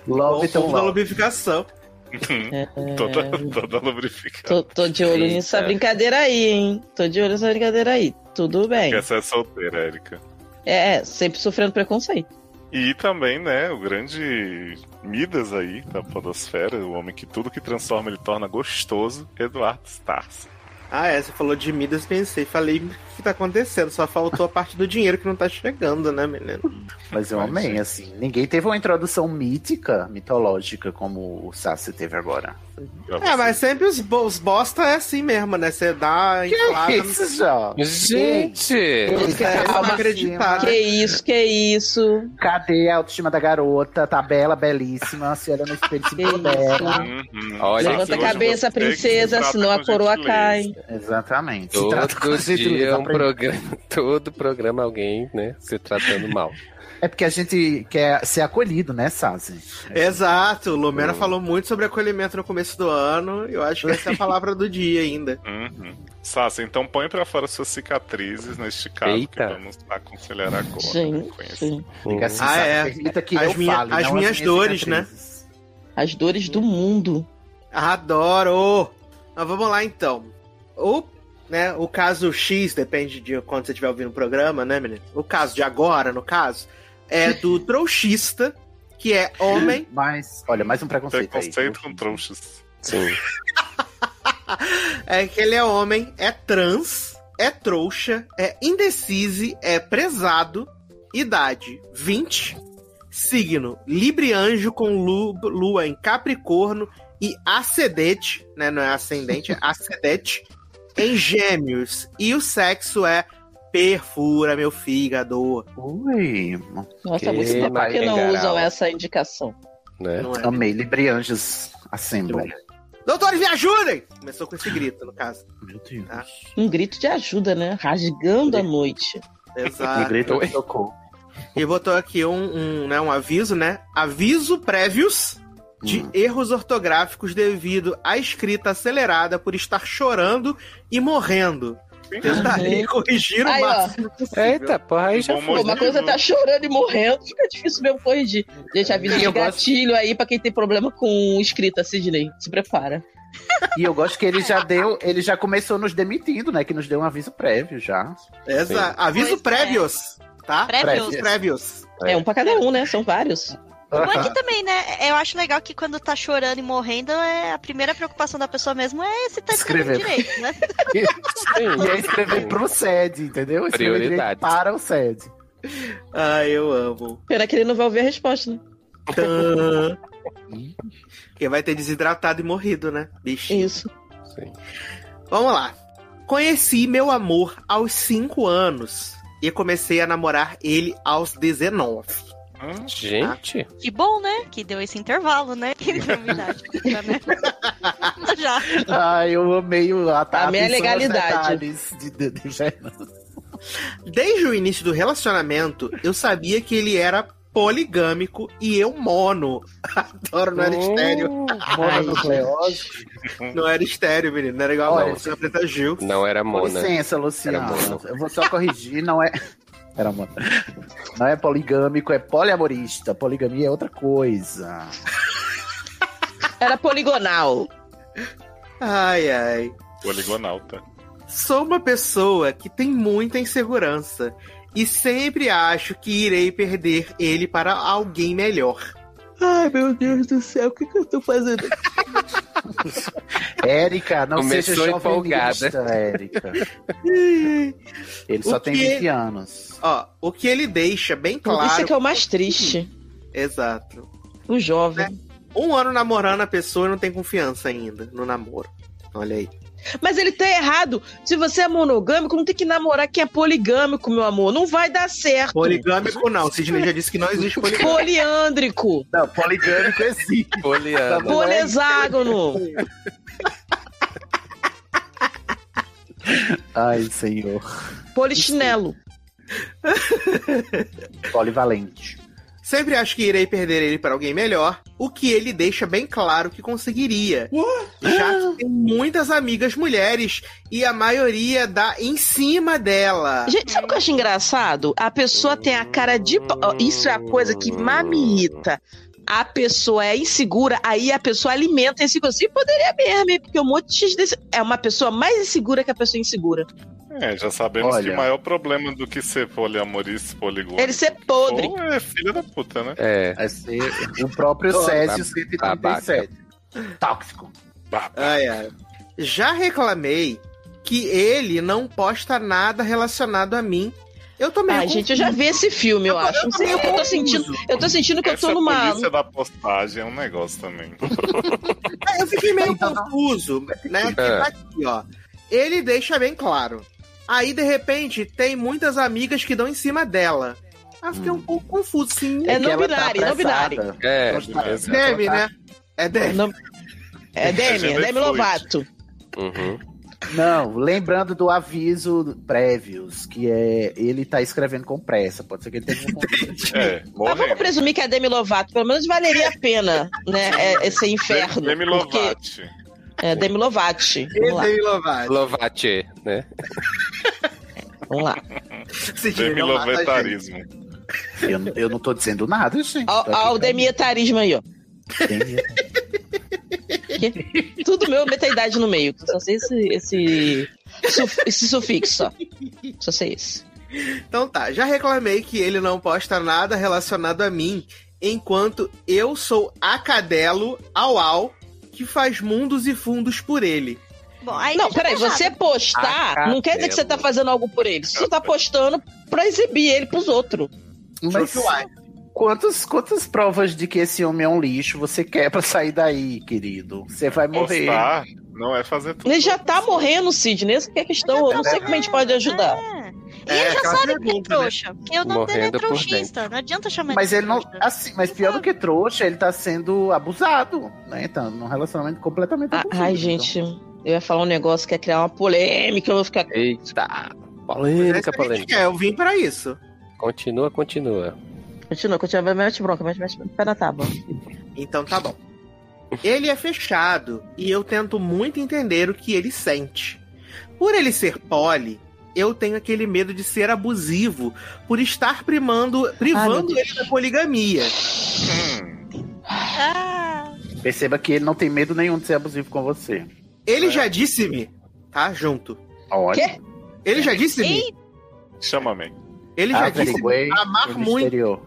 Love o tão povo da love. lubrificação. Uhum. Toda, toda É. lubrificada. É. Tô, tô de olho nessa Eita. brincadeira aí, hein? Tô de olho nessa brincadeira aí. Tudo bem. Essa é solteira, Érica. É, é, sempre sofrendo preconceito. E também, né, o grande Midas aí da Podosfera, o homem que tudo que transforma ele torna gostoso, Eduardo Stars. Ah, é, você falou de Midas, pensei, falei, o que tá acontecendo? Só faltou a parte do dinheiro que não tá chegando, né, menino? Mas eu Mas, é. amei, gente. assim. Ninguém teve uma introdução mítica, mitológica, como o Sassi teve agora. Pra É, você. mas sempre os, bo- os bosta é assim mesmo, né? Você dá inflada. Isso já. Gente! Isso é tá Calma, autoestima. acreditar. Que isso, que isso. Cadê a autoestima da garota? Tá bela, belíssima. Se olha no espelho, Que se vê bela. Uhum. Olha Levanta a aqui, hoje cabeça, você que princesa, trata senão a com coroa gentileza. cai. Exatamente. Se trata com Todo gentileza, dia um aprende- programa, todo programa alguém, né, se tratando mal. É porque a gente quer ser acolhido, né, Sassi? Exato, Lumena Hum. falou muito sobre acolhimento no começo do ano. Eu acho que essa é a palavra do dia ainda. Uhum. Sassi, então põe pra fora suas cicatrizes neste caso Eita. que vamos aconselhar agora. né, Sim, Conhecer. sim. Diga assim, Ah, Sassi, é. permita que As eu minha- fale, as não minhas dores, né? cicatrizes. As dores do mundo. Adoro! Mas vamos lá então. O, né, o caso X, depende de quando você estiver ouvindo o programa, né, menino? O caso de agora, no caso, é do trouxista, que é homem. Mas, olha, mais um preconceito, Preconceito aí. com trouxas. Sim. É que ele é homem, é trans, é trouxa, é indecise, é prezado, idade 20, signo Librianjo com lu- lua em Capricorno e ascendente, né? Não é ascendente, é ascendente em Gêmeos. E o sexo é perfura meu fígado. Ui, Nossa, Que muito tempo que não maravilha. usam essa indicação. Né? Não é? amei. Librianjos Assembly. Doutores, me ajudem! Começou com esse grito, no caso. Meu Deus. Ah. Um grito de ajuda, né? Rasgando a noite. Me Exato. grita Oi. me tocou. E botou aqui um, um, né, um aviso, né? Aviso prévios de Hum. erros ortográficos devido à escrita acelerada por estar chorando e morrendo. Tentaria corrigir o Aí, ó. máximo possível. Eita, porra, aí já Pô, uma coisa tá chorando e morrendo, fica difícil mesmo corrigir. Gente, avisa E de É. eu gosto- gatilho aí pra quem tem problema com escrita, Sidney. Se prepara. E eu gosto que ele É, já deu, ele já começou nos demitindo, né? Que nos deu um aviso prévio já. Exa- aviso prévios, tá? Prévios. Aviso prévios. É um pra cada um, né? São vários. Ou aqui também, né? Eu acho legal que quando tá chorando e morrendo, é a primeira preocupação da pessoa mesmo é se tá escrevendo Escrever. direito, né? e aí escrever pro SED, entendeu? Escrever direito Prioridades. para o SED. Ah, eu amo. Pena que ele não vai ouvir a resposta, né? Tã. Porque vai ter desidratado e morrido, né? Bicho. Isso. Vamos lá. Conheci meu amor aos 5 anos e comecei a namorar ele aos 19. Gente. Que bom, né? Que deu esse intervalo, né? Que novidade. né? Já. Ah, eu amei o a, A atenção minha aos legalidade. detalhes de- de- de Fernando. Desde o início do relacionamento, eu sabia que ele era poligâmico e eu mono. Adoro, não era Oh, estéreo. Mononucleose. Não era estéreo, menino. Não era igual Olha, a você preta Gil. Não era Com Mona. licença, Luciano. Era mono. Eu vou só corrigir, não é. Era mono. Não é poligâmico, é poliamorista. Poligamia é outra coisa. Era poligonal. Ai, ai. Poligonauta. Sou uma pessoa que tem muita insegurança e sempre acho que irei perder ele para alguém melhor. Ai, meu Deus do céu, o que, eu tô fazendo? Érica, não Começou seja empolgada. chauvinista, Érica. Ele O só tem que- 20 anos. Ó, o que ele deixa bem Por claro. isso é que é o mais triste. Exato. O jovem. Um ano namorando a pessoa e não tem confiança ainda no namoro. Olha aí. Mas ele tá errado. Se você é monogâmico, não tem que namorar quem é poligâmico, meu amor. Não vai dar certo. Poligâmico não, Sidney já disse que não existe poligâmico. Poliândrico. Não, poligâmico existe. Poliana. Polexágono. Ai, senhor. Polichinelo. Polivalente. Sempre acho que irei perder ele para alguém melhor, o que ele deixa bem claro que conseguiria. Já que tem muitas amigas mulheres e a maioria dá em cima dela. Gente, sabe o que eu acho engraçado? A pessoa tem a cara de. pa- ó, Isso é a coisa que mais me irrita. A pessoa é insegura, aí a pessoa alimenta a insegurança. E poderia mesmo, hein? porque um monte de. É uma pessoa mais insegura que a pessoa insegura. É, já sabemos Olha. que o maior problema do que ser poliamorista, poligônico. Ele ser podre. Ou é filha da puta, né? É. tá, Vai ser o próprio Todo Césio babaca. 137. Tóxico. Ai, ai. Já reclamei que ele não posta nada relacionado a mim. Eu tô meio Ai, gente, eu já vi esse filme, eu tá acho. Não sei o que eu tô sentindo. Eu tô sentindo que eu tô Essa numa. polícia da postagem é um negócio também. É, Eu fiquei meio Então confuso, né? Que tá aqui, ó. Ele deixa bem claro. Aí, de repente, tem muitas amigas que dão em cima dela. Ah, fiquei um pouco confuso, sim. É não binário, não binário. É, É Demi, né? É Demi. Não- É Demi, é Demi Lovato. Uhum. Não, lembrando do aviso prévios, que é ele tá escrevendo com pressa. Pode ser que ele tenha um convite. É, Mas vamos morrendo. presumir que é Demi Lovato. Pelo menos valeria a pena, né? é- Esse inferno. Demi Porque... Lovati. É, Demi Lovati. Vamos lá. Demi Lovato. Lovate, né? Vamos lá. Se tiver, Demi não mata a gente. Lovetarismo. Eu, não- eu não tô dizendo nada, gente. Tá Ó, ó, o demietarismo aí, ó. Que- Tudo meu, metaidade no meio. Só sei esse, esse, suf- esse sufixo, só. Só sei esse. Então tá, já reclamei que ele não posta nada relacionado a mim, enquanto eu sou a cadelo ao ao que faz mundos e fundos por ele. Bom, aí Não, já peraí, tá errado. você postar Ah, não quer dizer que você tá cabelo. fazendo algo por ele. Você só tá postando pra exibir ele pros outros. Mas quantas, quantas provas de que esse homem é um lixo você quer pra sair daí, querido? Você vai morrer. Postar não é fazer tudo. Ele já tá morrendo, Sidney. Essa que é a questão. Eu não sei como a gente pode ajudar. E ele já aquela sabe que é pergunta, né? trouxa. Porque o nome dele é Morrendo por trouxista. Não adianta chamar Mas de ele não. trouxa. Assim, mas pior do que trouxa, ele tá sendo abusado, né? Tá num relacionamento completamente Ah, abusivo. Ai, então. gente, eu ia falar um negócio que ia criar uma polêmica. Eu vou ficar. Eita. Polêmica, Essa é a gente polêmica. quer, eu vim pra isso. Continua, continua. Continua, continua. Vai, Mete bronca, mete, mete pé na tábua. Então tá bom. Ele é fechado e eu tento muito entender o que ele sente. Por ele ser poli, eu tenho aquele medo de ser abusivo por estar primando, privando ele da poligamia. Perceba que ele não tem medo nenhum de ser abusivo com você. É. Ele já disse-me, tá? Junto. Olha. Ele já disse-me. Chama-me. Ele já Averigüei disse-me amar o muito. exterior.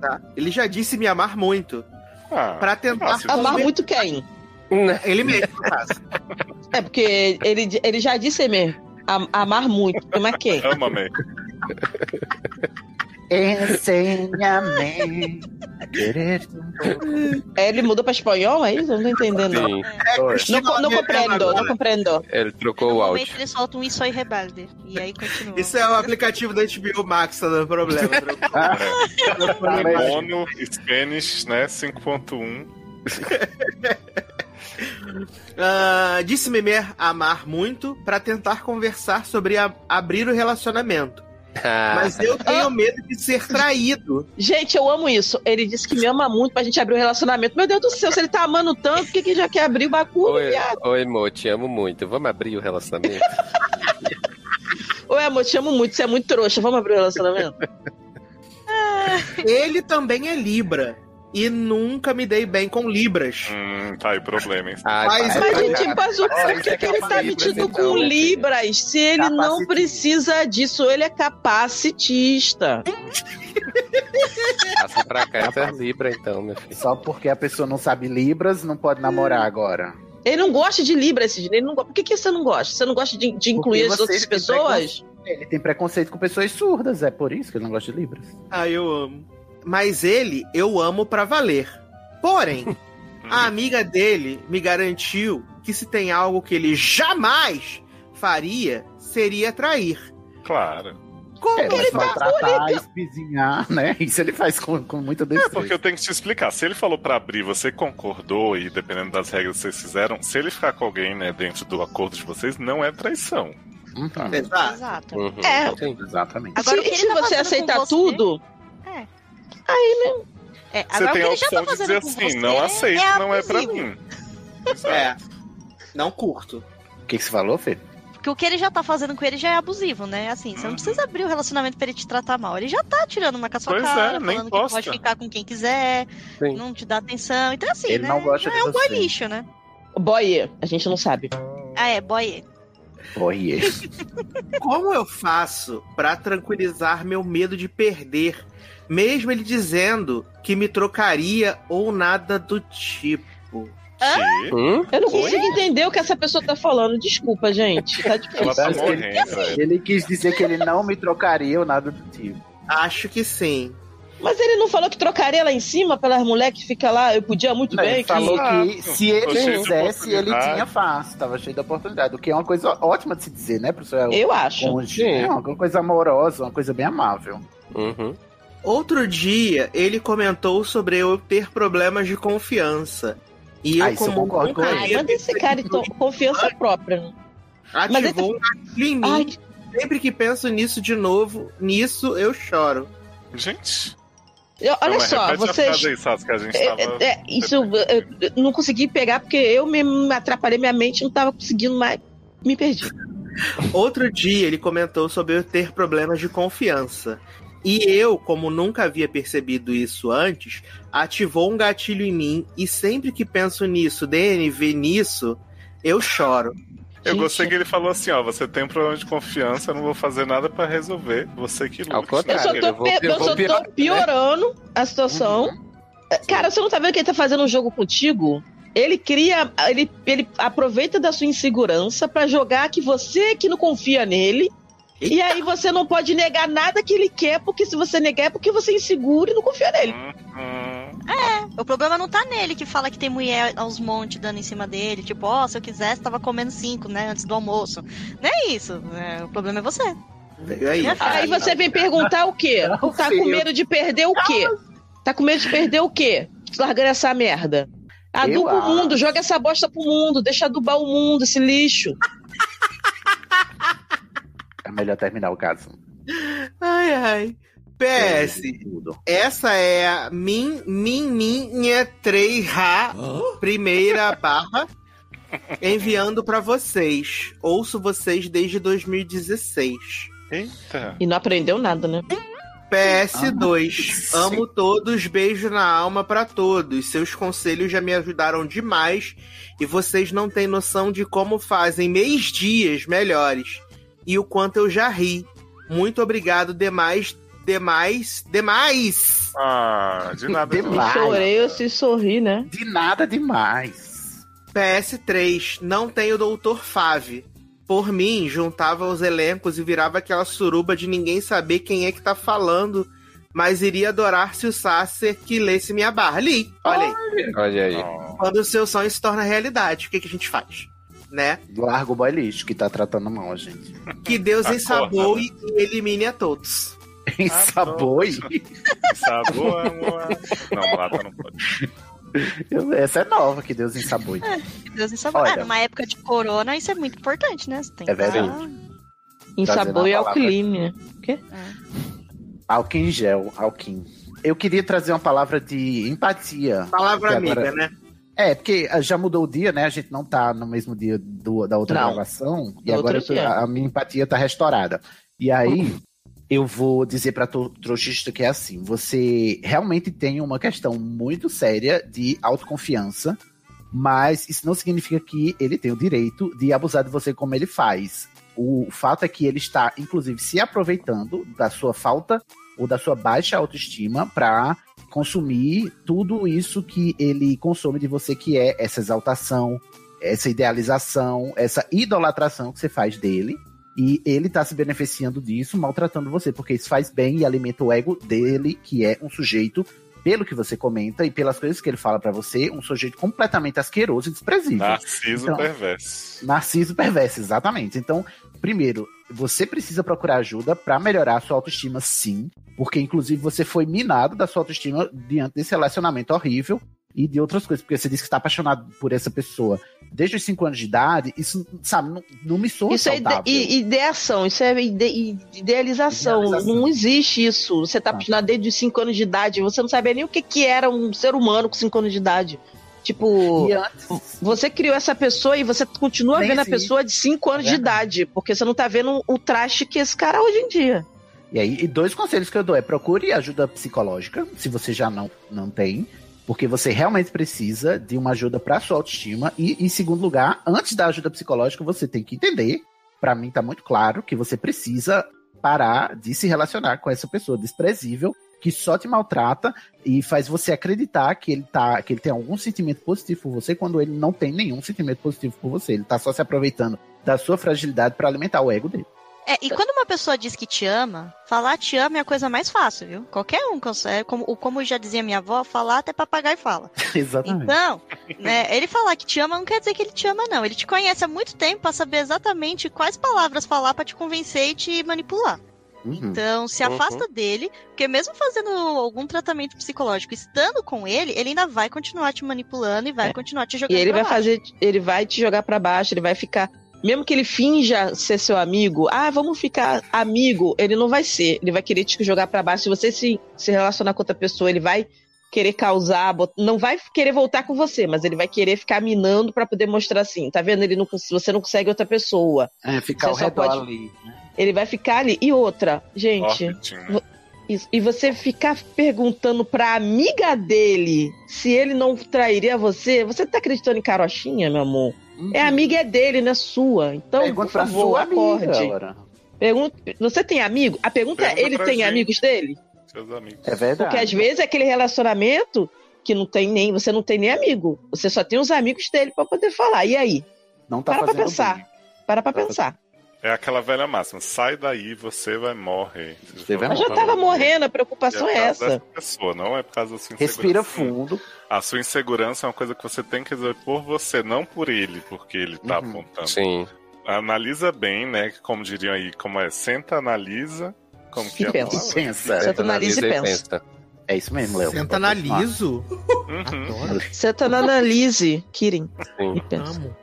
tá? Ele já disse-me amar muito. Ah, pra tentar. fácil. Amar muito quem? Ele mesmo, no caso. É porque ele, ele já disse mesmo. am- Amar muito. é Mas quem? Ama-me. Ensenha-me. querer. É, ele mudou pra espanhol, é isso? Eu não tô entendendo. Sim. É, Não, co- não compreendo, não compreendo. Ele trocou o No áudio. momento ele solta um Isso aí Rebelde. E aí continua. Isso é o aplicativo da HBO Max, tá dando problema. Mono, Spanish, né? 5.1. Ah, Disse-me mer amar muito pra tentar conversar sobre a- abrir o relacionamento. Mas eu tenho medo de ser traído. Gente, eu amo isso. Ele disse que me ama muito pra gente abrir o relacionamento. Meu Deus do céu, se ele tá amando tanto, por que, que já quer abrir o bagulho, Oi, viado? oi, amor, te amo muito. Vamos abrir o relacionamento? Oi, amor, te amo muito, você é muito trouxa. Vamos abrir o relacionamento? Ele também é Libra. E nunca me dei bem com Libras. Hum, tá aí o problema, hein? Ah, Mas, tá, gente, mas o por que, que ele tá metido então, com Libras se ele não precisa disso? Ele é capacitista. Passa pra cá essa Libra, então, meu filho. Só porque a pessoa não sabe Libras, não pode namorar agora. Ele não gosta de Libras, Sidney. Ele não go- Por que, que você não gosta? Você não gosta de, de incluir Porque as você outras tem pessoas? preconceito- Ele tem preconceito com pessoas surdas, é por isso que ele não gosta de Libras. Ah, eu amo. Mas ele, eu amo pra valer. Porém, a amiga dele me garantiu que se tem algo que ele jamais faria, seria trair. Claro. Como É, ele mas tá maltratar, bonito? espizinhar, né? Isso ele faz com, com muita né? destreza. É, Porque eu tenho que te explicar. Se ele falou pra abrir, você concordou e dependendo das regras que vocês fizeram, se ele ficar com alguém, né, dentro do acordo de vocês, não é traição. Uhum. Exato. Uhum. É. Exatamente. Agora, o se, que e ele se tá você fazendo aceitar com você? tudo, aí, É, Você agora o que tem a ele já opção tá de fazendo dizer com assim, você não aceito, é não é pra abusivo. mim. É. Não curto. O que, que você falou, Fê? Porque o que ele já tá fazendo com ele já é abusivo, né? Assim, Uhum. você não precisa abrir o relacionamento pra ele te tratar mal. Ele já tá tirando uma com a sua Pois cara, é, nem falando posta. que pode ficar com quem quiser, Sim. não te dá atenção. Então, assim, Ele né? não gosta já de é um boy você. lixo, né? boy, a gente não sabe. Ah, é, boy. Oi. Como eu faço pra tranquilizar meu medo de perder, mesmo ele dizendo que me trocaria ou nada do tipo? Hum? Eu não consigo entender o que essa pessoa tá falando. Desculpa, gente. Tá difícil. ele, ele quis dizer que ele não me trocaria ou nada do tipo. Acho que sim. Mas ele não falou que trocaria lá em cima pelas mulheres que ficam lá? Eu podia muito Não, bem. ele falou que se ele quisesse, ele oportunidade. tinha fácil, tava cheio de oportunidade, o que é uma coisa ótima de se dizer, né, pro seu Eu acho. cônjuge, Sim. né? Uma coisa amorosa, uma coisa bem amável. Outro dia, ele comentou sobre eu ter problemas de confiança. E eu, Ah, isso eu como concordo nunca tipo com Ah, havia manda esse cara então, confiança própria. né? Mas ele- ativou um gatilho em mim. Sempre que penso nisso de novo, nisso eu choro. Gente. Eu- olha Não, mas só, repete a vocês. frase aí, Sassi, que a gente É, tava- é, é, isso eu, eu não consegui pegar porque eu me atrapalhei minha mente, não tava conseguindo mais. Me perdi. Outro dia ele comentou sobre eu ter problemas de confiança. E eu, como nunca havia percebido isso antes, ativou um gatilho em mim e sempre que penso nisso, DNV nisso, eu choro. Eu gostei é que ele falou assim, ó, você tem um problema de confiança, eu não vou fazer nada pra resolver, você que lute. né? Ao Eu só tô, pe- eu Uhum. só tô piorando a situação. Cara, você não tá vendo que ele tá fazendo um jogo contigo? Ele cria. Ele, ele aproveita da sua insegurança pra jogar que você que não confia nele. E aí você não pode negar nada que ele quer, porque se você negar é porque você é inseguro e não confia nele. É, o problema não tá nele que fala que tem mulher aos montes dando em cima dele. Tipo, ó, se eu quisesse, tava comendo cinco, né? Antes do almoço. Não é isso. né? o problema é você. aí. Aí você vem perguntar o quê? Tá com medo de perder o quê? Tá com medo de perder o quê? Largando essa merda. Aduba Eu o mundo, joga essa bosta pro mundo, deixa adubar o mundo, esse lixo. É melhor terminar o caso. É, Ai, ai. PS, essa é a min, min, minha três ra primeira barra Enviando pra vocês. Ouço vocês desde 2016. Eita. E não aprendeu nada, né? PS2. Amo todos, beijo na alma pra todos. Seus conselhos já me ajudaram demais e vocês não têm noção de como fazem meis dias melhores e o quanto eu já ri. Muito obrigado demais, demais, demais. Ah, de nada Se chorei, eu se sorri, né? De nada demais. PS3, não tem o Doutor Fave. Por mim, juntava os elencos e virava aquela suruba de ninguém saber quem é que tá falando, mas iria adorar se o Sasser que lesse minha barra. Li, olha aí. Olha aí. Quando o seu sonho se torna realidade, o que, que a gente faz? Né? Larga o boy lixo que tá tratando mal, gente. Que Deus Acorda, ensaboe e elimine a todos. Ensaboe? Sabor, amor. Não, lata não pode. Eu- Essa é nova, que Deus ensaboe. É, que Deus me salve. Olha. Ah, numa época de corona, isso é muito importante, né? Você tem É que tá- verdade. é Insabor e alquilim, né? O quê? Alquim em gel, alquim. Eu queria trazer uma palavra de empatia. Palavra Porque agora- amiga, né? É, porque ah, já mudou o dia, né? A gente não tá no mesmo dia do- da outra Não. gravação. E Da agora outra eu tô- dia. a minha empatia tá restaurada. E aí, eu vou dizer pra to- trouxista que é assim: você realmente tem uma questão muito séria de autoconfiança, mas isso não significa que ele tem o direito de abusar de você como ele faz. O fato é que ele está, inclusive, se aproveitando da sua falta ou da sua baixa autoestima pra consumir tudo isso que ele consome de você, que é essa exaltação, essa idealização, essa idolatração que você faz dele. E ele tá se beneficiando disso, maltratando você, porque isso faz bem e alimenta o ego dele, que é um sujeito, pelo que você comenta e pelas coisas que ele fala pra você, um sujeito completamente asqueroso e desprezível. Narciso Então- perverso. Narciso perverso, exatamente. Então, primeiro, você precisa procurar ajuda pra melhorar a sua autoestima, sim, porque inclusive você foi minado da sua autoestima diante desse relacionamento horrível e de outras coisas, porque você disse que tá apaixonado por essa pessoa desde os 5 anos de idade, isso, sabe, não, não me soa Isso é ide saudável. i- ideação, isso é ide- i- idealização. Não existe isso. Você tá apaixonado desde os 5 anos de idade, você não sabia nem o que, que era um ser humano com 5 anos de idade. Tipo, E antes- você criou essa pessoa e você continua Nem vendo a existe. pessoa de 5 anos de idade, porque você não tá vendo o traste que esse cara é hoje em dia. E aí, e dois conselhos que eu dou é procure ajuda psicológica, se você já não, não tem, porque você realmente precisa de uma ajuda para sua autoestima. E em segundo lugar, antes da ajuda psicológica, você tem que entender, para mim tá muito claro, que você precisa parar de se relacionar com essa pessoa desprezível que só te maltrata e faz você acreditar que ele tá, que ele tem algum sentimento positivo por você quando ele não tem nenhum sentimento positivo por você. Ele tá só se aproveitando da sua fragilidade para alimentar o ego dele. É, e quando uma pessoa diz que te ama, falar te ama é a coisa mais fácil, viu? Qualquer um consegue. Como, ou como já dizia minha avó, falar até papagaio fala. Exatamente. Então, né, ele falar que te ama não quer dizer que ele te ama, não. Ele te conhece há muito tempo pra saber exatamente quais palavras falar pra te convencer e te manipular. Então, se Uhum. afasta dele, porque mesmo fazendo algum tratamento psicológico, estando com ele, ele ainda vai continuar te manipulando e vai continuar te É. E jogando ele pra vai baixo. fazer, ele vai te jogar pra baixo, ele vai ficar. Mesmo que ele finja ser seu amigo, ah, vamos ficar amigo, ele não vai ser. Ele vai querer te jogar pra baixo. Se você se, se relacionar com outra pessoa, ele vai querer causar, bot- não vai querer voltar com você, mas ele vai querer ficar minando pra poder mostrar assim, tá vendo? Ele não, cons- você não consegue outra pessoa. É, ficar Você ao só redor pode- ali. Ele vai ficar ali. E outra, gente. Ótimo. né? vo- isso, E você ficar perguntando pra amiga dele se ele não trairia você, você tá acreditando em carochinha, meu amor? É a amiga é dele, não é sua. Então, Uhum. Pergunta por pra favor, sua acorde. amiga, ora. Pergunta, você tem amigo? A pergunta é, Pergunta ele pra tem gente. amigos dele? Seus amigos. É verdade. Porque às vezes é aquele relacionamento que não tem nem, você não tem nem amigo. Você só tem os amigos dele pra poder falar. E aí? Não tá Para pra fazendo pensar. Para Tá pra pensar. É aquela velha máxima: sai daí, você vai morrer. Você vai Mas já tava morrendo, a preocupação é, por causa essa. dessa pessoa, não é por causa da sua insegurança. Respira fundo. A sua insegurança é uma coisa que você tem que resolver por você, não por ele, porque ele tá Uhum. apontando. Sim. Analisa bem, né? Como diriam aí, como é? Senta, analisa. Como que E é a pensa. palavra? Pensa. Senta, analisa e pensa. É isso mesmo, Léo. Senta, analiso. Adoro. Você tá na analise, Kirin. E pensa.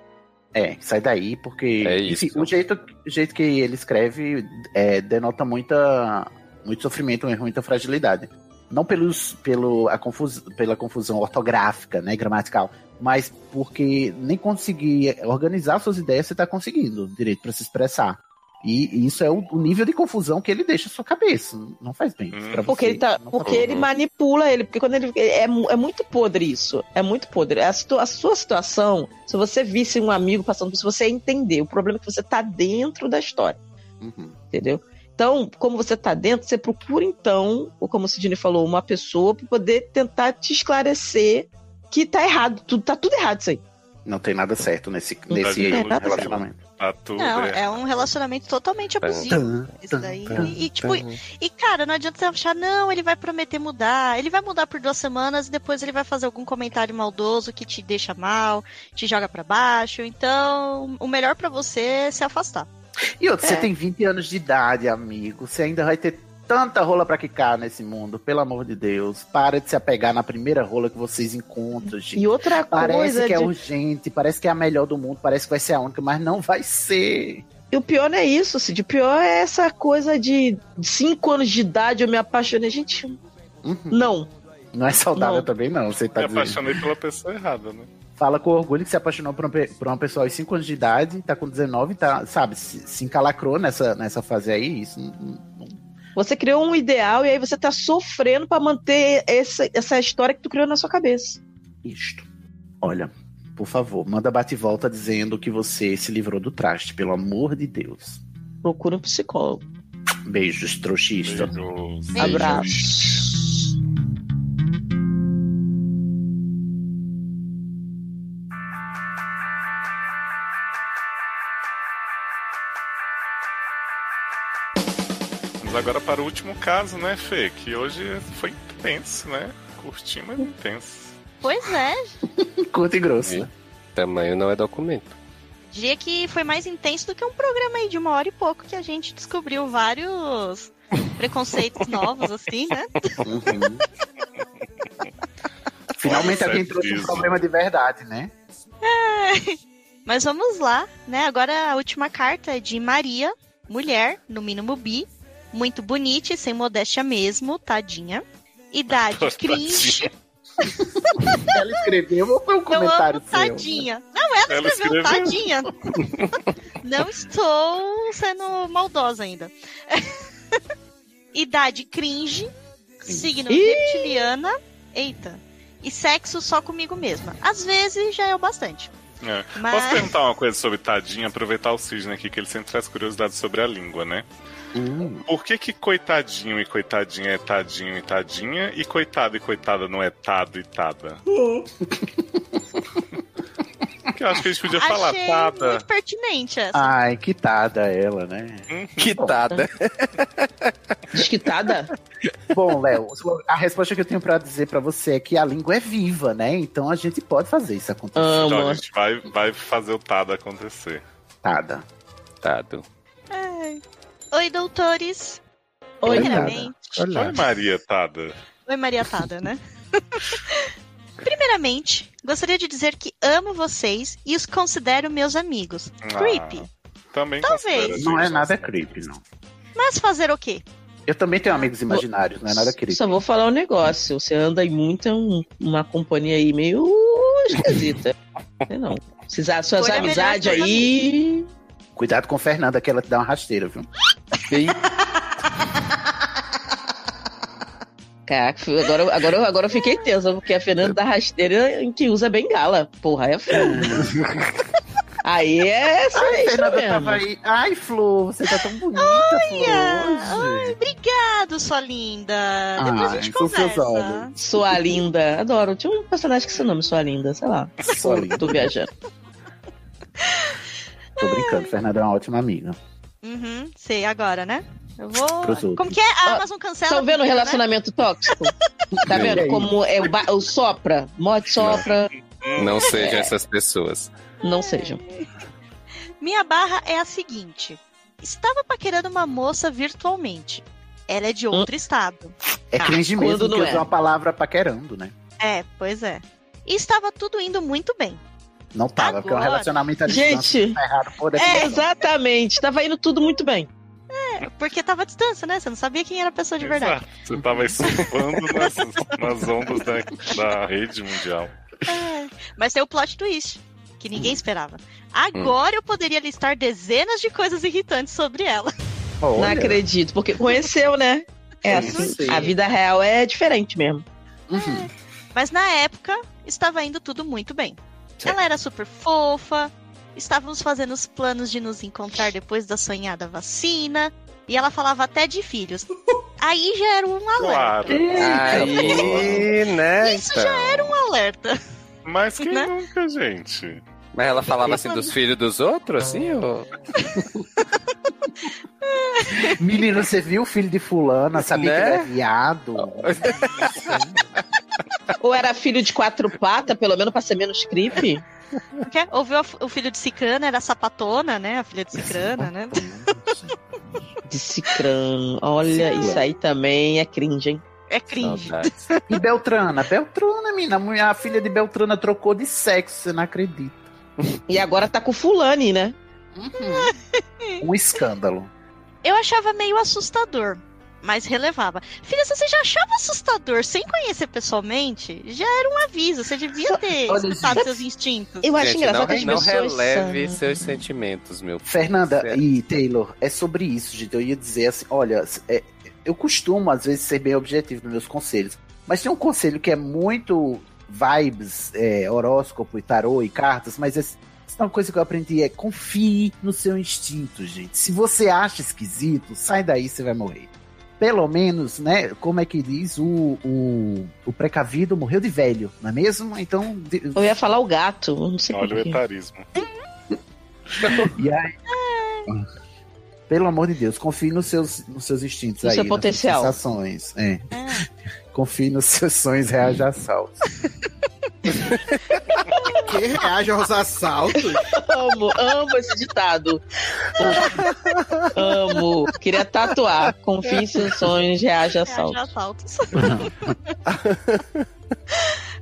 É, sai daí, porque. É enfim, o jeito, o jeito que ele escreve é, denota muita, muito sofrimento, muita fragilidade. Não pelos, pelo, a confus, pela confusão ortográfica, né, gramatical, mas porque nem conseguir organizar suas ideias você está conseguindo direito para se expressar. E, e isso é o, o nível de confusão que ele deixa na sua cabeça. Não faz bem pra você. Porque ele, tá, não faz porque bem. ele manipula ele. Porque quando ele. É, mu- é muito podre isso. É muito podre. A, situ- a sua situação, se você visse um amigo passando por isso, você ia entender. O problema é que você tá dentro da história. Uhum. Entendeu? Então, como você tá dentro, você procura, então, ou como o Sidney falou, uma pessoa para poder tentar te esclarecer que tá errado. Tudo, tá tudo errado isso aí. Não tem nada certo nesse, Não nesse tem nada certo. relacionamento. Tá tudo Não, é um relacionamento totalmente abusivo. Esse daí. E, tipo, e, e, cara, não adianta você achar, não, ele vai prometer mudar. Ele vai mudar por duas semanas e depois ele vai fazer algum comentário maldoso que te deixa mal, te joga pra baixo. Então, o melhor pra você é se afastar. E outro, você É. tem 20 anos de idade, amigo. Você ainda vai ter tanta rola pra quicar nesse mundo, pelo amor de Deus. Para de se apegar na primeira rola que vocês encontram, gente. E outra parece coisa que é de- urgente, parece que é a melhor do mundo, parece que vai ser a única, mas não vai ser. E o pior não é isso, Cid. O pior é essa coisa de 5 anos de idade eu me apaixonei. Gente, Uhum. não. Não é saudável também, não. Você tá Me dizendo. apaixonei pela pessoa errada, né? Fala com orgulho que se apaixonou por uma, pe- por uma pessoa aos 5 anos de idade, tá com 19, tá, sabe, se, se encalacrou nessa, nessa fase aí, isso não- não- Você criou um ideal e aí você tá sofrendo pra manter essa, essa história que tu criou na sua cabeça. Isto. Olha, por favor, manda bate-volta dizendo que você se livrou do traste, pelo amor de Deus. Procura um psicólogo. Beijos, trouxista. Beijos. Abraço. Vamos agora para o último caso, né, Fê? Que hoje foi intenso, né? Curtinho, mas intenso. Pois é, Curto e grosso. Tamanho não é documento. diria que foi mais intenso do que um programa aí de uma hora e pouco que a gente descobriu vários preconceitos novos, assim, né? Uhum. Finalmente Nossa, alguém é trouxe um preciso. problema de verdade, né? É. Mas vamos lá, né? Agora a última carta é de Maria, mulher, no mínimo bi, muito bonita e sem modéstia mesmo, tadinha. Idade cringe. Ela escreveu ou foi um Eu comentário amo seu? tadinha. Não, ela, Ela escreveu, escreveu. tadinha. Não estou sendo maldosa ainda. Idade cringe, signo Ih! reptiliana, eita, e sexo só comigo mesma. Às vezes já é o bastante. É. Mas- Posso perguntar uma coisa sobre Tadinha? Aproveitar o Cisne aqui, que ele sempre traz curiosidades sobre a língua, né? Por que que coitadinho e coitadinha é tadinho e tadinha, e coitado e coitada não é tado e tada? Que eu acho que a gente podia falar, Achei tada. muito pertinente essa. Ai, quitada ela, né? Quitada. Desquitada? Bom, Léo, sua- a resposta que eu tenho pra dizer pra você é que a língua é viva, né? Então a gente pode fazer isso acontecer. então a gente vai, vai fazer o tado acontecer. Tada. Tado. Ai. Oi, doutores. Oi, Primeiramente, Oi, Maria Tada. Oi, Maria Tada, né? Primeiramente, gostaria de dizer que amo vocês e os considero meus amigos. Ah. Creepy. Também Talvez. considero, Não é gente. nada creepy, não. Mas fazer o quê? Eu também tenho amigos imaginários, não é nada creepy. Só vou falar um negócio. Você anda em muita um- uma companhia aí meio esquisita. Sei não. Vocês, as suas Foi a melhor amizades aí. Cuidado com Fernanda, que ela te dá uma rasteira, viu? Caraca, fui- agora, eu- agora, eu- agora eu fiquei tensa, porque a Fernanda da rasteira em que usa bengala. Porra, é fogo. aí é isso Ai, aí, isso Fernanda mesmo. tava aí. Ai, Flor, você tá tão bonita, Flor. Ai, obrigado, sua linda. Depois a gente são conversa. Sua linda. Adoro. Tinha um personagem que seu nome, Sua Linda, sei lá. Sua Linda. Tô viajando. Tô brincando, Fernanda é uma ótima amiga. Uhum, sei, agora, né? Eu vou. Pros outros. Como que é? A Amazon cancela. Estão Ah, vendo o primeiro, né? relacionamento tóxico? Tá E vendo aí? como é o, ba- o sopra? Morte sopra. Não sejam essas pessoas. Não sejam. Minha barra é a seguinte: estava paquerando uma moça virtualmente. Ela é de outro estado. É Tá, cringe mesmo quando que não usar é. uma palavra paquerando, né? É, pois é. E estava tudo indo muito bem. Não tava, porque é um Agora. relacionamento à Gente, distância, tá errado por É, definição. exatamente. Tava indo tudo muito bem. É, porque tava à distância, né? Você não sabia quem era a pessoa de verdade. Exato. Ah, Você tava surfando nas, nas ondas da, da rede mundial. É, Mas tem o plot twist, que ninguém esperava. Agora eu poderia listar dezenas de coisas irritantes sobre ela. Não acredito, porque conheceu, né? É Sim, assim, sim. A vida real é diferente mesmo. Mas na época, estava indo tudo muito bem. Ela era super fofa, estávamos fazendo os planos de nos encontrar depois da sonhada vacina, e ela falava até de filhos. Aí já era um alerta. Claro. Aí, né? É. Isso já era um alerta. Mas quem Né? nunca, gente? Mas ela falava assim dos filhos dos outros, assim? Ou... Menino, você viu o filho de fulana? Sabia Né? que ele é viado? Ou era filho de quatro patas, pelo menos pra ser menos creepy? Porque ouviu a f- o filho de Cicrana, era sapatona, né? A filha de Cicrana, né? De cicrano. Olha, isso aí também é cringe, hein? É cringe. E Beltrana? Beltrana, menina. A mulher- A filha de Beltrana trocou de sexo, você não acredita. E agora tá com fulani, né? Um escândalo. Eu achava meio assustador, mas relevava. Filha, se você já achava assustador sem conhecer pessoalmente, já era um aviso. Você devia ter Olha, escutado gente. seus instintos. Gente, não, re- não releve seus sentimentos, meu. Fernanda e Taylor, é sobre isso, gente. Eu ia dizer assim, olha, s- é- eu costumo às vezes ser bem objetivo nos meus conselhos, mas tem um conselho que é muito vibes, é, horóscopo e tarô e cartas, mas esse- essa é uma coisa que eu aprendi é confie no seu instinto, gente. Se você acha esquisito, sai daí, você vai morrer. Pelo menos, né, como é que diz, o, o, o precavido morreu de velho, não é mesmo? Então... Eu ia falar o gato, não sei Olha o por quê. etarismo. E aí- É. Pelo amor de Deus, confie nos seus, nos seus instintos No aí. seu nas potencial. suas sensações. É. Confie nos seus sonhos, reaja a saltos. Que reage aos assaltos? amo, amo esse ditado. Ah, Amo. Queria tatuar. Confie em seus sonhos, reaja a Reage a salto. assaltos.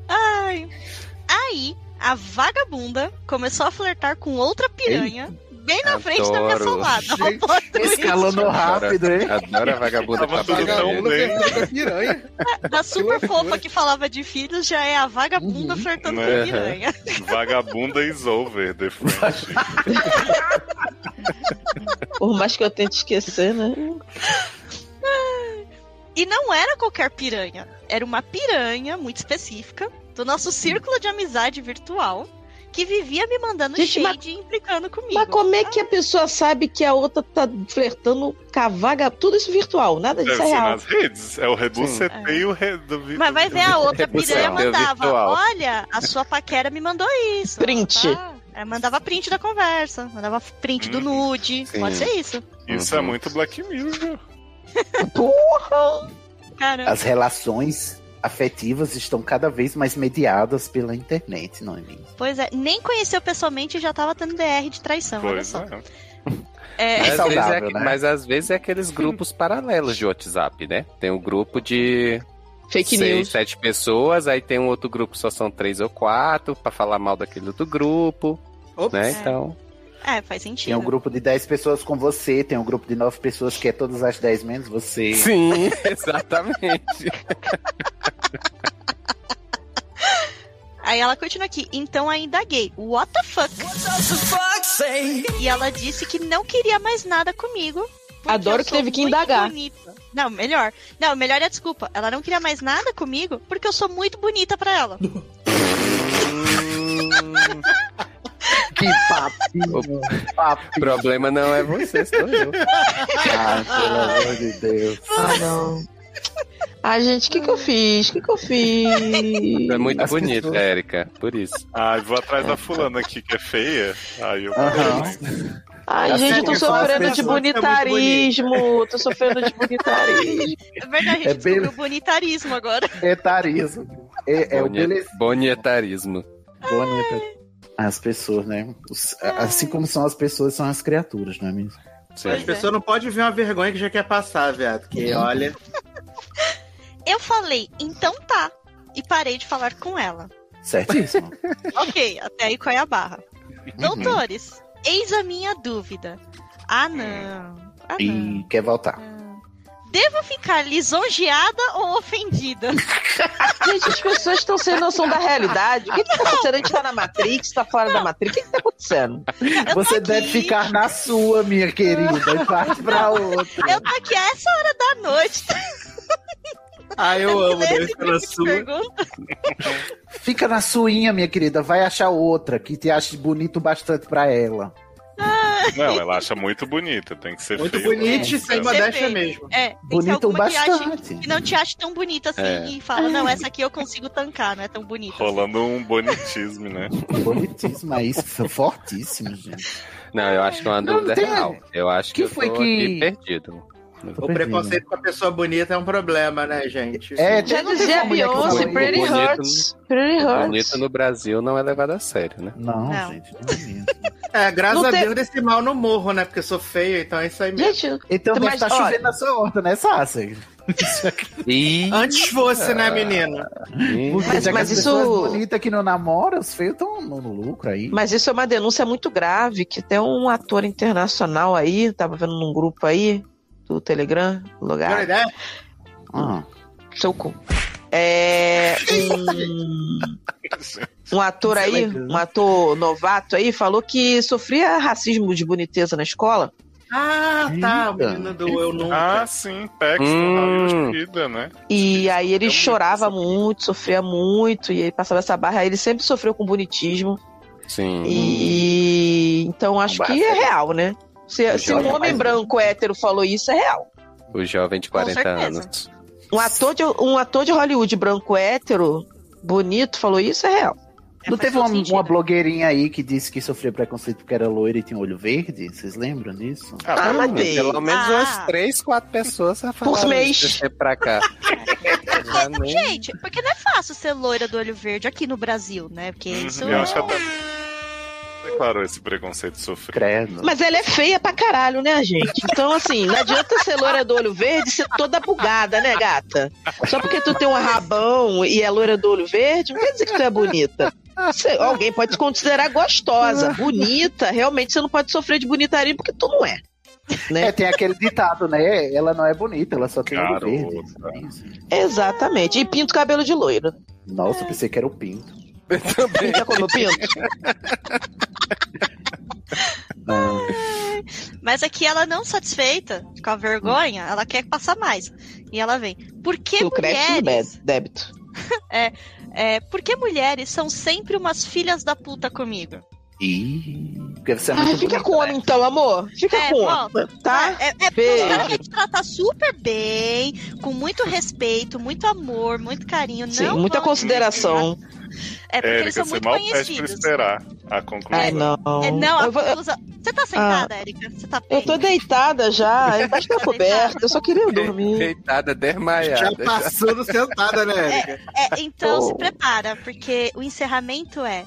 Ai. Aí, a vagabunda começou a flertar com outra piranha, bem na frente da minha adoro. salada. Uma Gente, foto Escalando rápido, hein? Adoro a vagabunda Tava pra tudo é tão bater. né? né? bem. né? da super fofa que falava de filhos, já é a vagabunda flertando com Uhum. Né? piranha. Vagabunda is over, the French. Por mais que eu tente esquecer, né? E não era qualquer piranha. Era uma piranha muito específica do nosso círculo de amizade virtual que vivia me mandando Gente, mas- shade e implicando comigo. Mas como é que a pessoa sabe que a outra tá flertando com a vaga? Tudo isso virtual, nada Deve disso é ser real. nas redes. É o rebuceteio re- do vi- Mas vai ver a outra Rebuceteio piranha mandava. É virtual. Olha, a sua paquera me mandou isso. Print. Ela tá- Ela mandava print da conversa, mandava print do nude. Hum, Sim. Pode ser isso. Isso é muito Black Mirror. Porra! Caramba. As relações afetivas estão cada vez mais mediadas pela internet, não é mesmo? Pois é, nem conheceu pessoalmente e já tava tendo DR de traição, olha Pois só. é. É, Mas, às vezes é, saudável, né? mas às vezes é aqueles grupos paralelos de WhatsApp, né? Tem um grupo de Fake seis, news. sete pessoas, aí tem um outro grupo que só são três ou quatro pra falar mal daquele outro grupo, né? É. Então, é, faz sentido. Tem um grupo de 10 pessoas com você, tem um grupo de 9 pessoas que é todas as 10 menos você. Sim, exatamente. Aí ela continua aqui, então ainda gay. What the fuck? E ela disse que não queria mais nada comigo. porque Adoro eu que sou teve que muito indagar. bonita. Não, melhor. Não, melhor é a desculpa. Ela não queria mais nada comigo porque eu sou muito bonita pra ela. Que papinho, o problema não é você, sou eu. Ah, pelo amor de Deus. Ah, não. Ai, gente, o que, que eu fiz? O que, que eu fiz? É muito As bonito, pessoas- Érica, por isso. Ai, vou atrás da fulana aqui que é feia. Aí eu. Ai, As gente, eu tô pessoas- as sofrendo de pessoas são muito bonitarismo. Tô sofrendo de bonitarismo. É verdade, a gente É bem- descobriu o bonitarismo agora. Etarismo. É, é o Bonie- beleza. Bonietarismo. As pessoas, né? Os- a- Assim como são as pessoas, são as criaturas, não é mesmo? As é. é. pessoas não podem ver uma vergonha que já quer passar, viado. Que olha. Eu falei, então tá. E parei de falar com ela. Certíssimo. Uhum. Então, ok, até aí qual é a barra? Doutores, Eis a minha dúvida. Ah, não. Ah, não. E quer voltar. Devo ficar lisonjeada ou ofendida? Gente, as pessoas estão sem noção da realidade. O que está acontecendo? A gente está na Matrix, está fora da Matrix. O que está acontecendo? Você deve ficar na sua, minha querida. E parte pra outra. Eu tô aqui a essa hora da noite. tá Ah, eu amo Esse Deus é pela tipo de sua. pergunta. Fica na suinha, minha querida. Vai achar outra que te ache bonito bastante pra ela. Não, ela acha muito bonita, tem que ser Muito feio. bonita e sem É. modéstia Perfeito. mesmo. É, tem que ser Bonita o alguma que, ache, bastante. que não te ache tão bonita assim É. e fala, não, essa aqui eu consigo tancar, não é tão bonita. Rolando um bonitismo, né? Bonitíssimo, é isso. Foi Fortíssimo, gente. Não, eu acho que é uma Não, dúvida tem- real. Eu acho que, Que foi eu tô que- aqui perdido. Tô O perdido. preconceito com a pessoa bonita é um problema, né, gente? É, Sim. Já não tem dizia a como mulher que fala Beyoncé, bonito. Pretty Bonito, Hurts. Pretty Hurts. Bonito no Brasil não é levado a sério, né? Não, Não. gente, não é mesmo. É, graças Não a tem- Deus desse mal não morro, né? Porque eu sou feio, então é isso aí mesmo. Gente, Então Mas, deve estar olha- chovendo na sua horta, né, Sassi? E... Antes fosse, né, menino? Porque Mas- já que mas as isso- pessoas bonitas que não namoram, os feios estão no no lucro aí. Mas isso é uma denúncia muito grave, que até um ator internacional aí, tava vendo num grupo aí, do Telegram, Não é lugar, ideia? Ah, seu cu. É, um, um ator aí, um ator novato aí, falou que sofria racismo de boniteza na escola. Ah, tá. O Eita. menino do Eu Nunca. Ah, sim, Paxton, Hum. hum. Kida, né? E aí ele É Eu vi chorava isso. muito, sofria muito, e aí passava essa barra. Aí ele sempre sofreu com bonitismo. Sim. E então acho Barra que é real, né? Se, se um homem branco hétero falou isso, é real. O jovem de Com 40 certeza. anos. Um ator, de, um ator de Hollywood branco hétero, bonito, falou isso, é real. É, não faz teve todo uma, sentido. uma blogueirinha aí que disse que sofria preconceito porque era loira e tinha olho verde? Vocês lembram disso? Ah, pelo- matei. Pelo menos Ah. umas 3, 4 pessoas já falaram mês. isso de pra cá. Já nem- Gente, porque não é fácil ser loira do olho verde aqui no Brasil, né? Porque isso. Uhum, Eu acho que até declarou esse preconceito sofrido. Credo. Mas ela é feia pra caralho, né, gente? Então, assim, não adianta ser loira do olho verde e ser toda bugada, né, gata? Só porque tu tem um rabão e é loira do olho verde, não quer dizer que tu é bonita. Você- alguém pode te considerar gostosa, bonita. Realmente, você não pode sofrer de bonitaria porque tu não é. É, tem aquele ditado, né? Ela não é bonita, ela só tem Garota. olho verde. Não é isso? Exatamente. E pinta o cabelo de loiro. Nossa, pensei que era o pinto. Pinta quando pinta. Não. Mas aqui ela não satisfeita com a vergonha, ela quer passar mais. E ela vem. Por que Tu crédito no mulheres. é dé- débito. É, por que mulheres são sempre umas filhas da puta comigo? Ih, porque você é Ah, muito fica bonita. com homem então, amor. Fica É, com volta. homem, tá? É, é porque Beijo. os caras querem te tratar super bem, com muito respeito, muito amor, muito carinho. Sim, não né? muita vão te consideração. julgar. É porque eles Érica, são você muito mal pede pra né? conhecidos. esperar a conclusão. Ai, não. É, não, a Oh. eu, vou- conclusão- Você tá sentada, Érica? Você tá bem? tá eu tô deitada já, embaixo da tá coberta. Eu só queria dormir. Deitada, Já desmaiada. passando sentada, né, Érica? É, então se Oh. prepara, porque o encerramento é.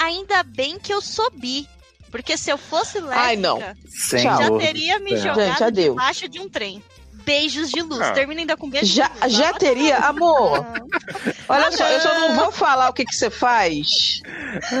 Ainda bem que eu soube. Porque se eu fosse lésbica, Ai, não. já Senhor. teria me Gente, jogado adeus. debaixo de um trem. Beijos de luz. Ah. Termina ainda com beijos Já, de luz. já Ah, teria, amor. não. Olha só, eu só não vou falar o que, que você faz,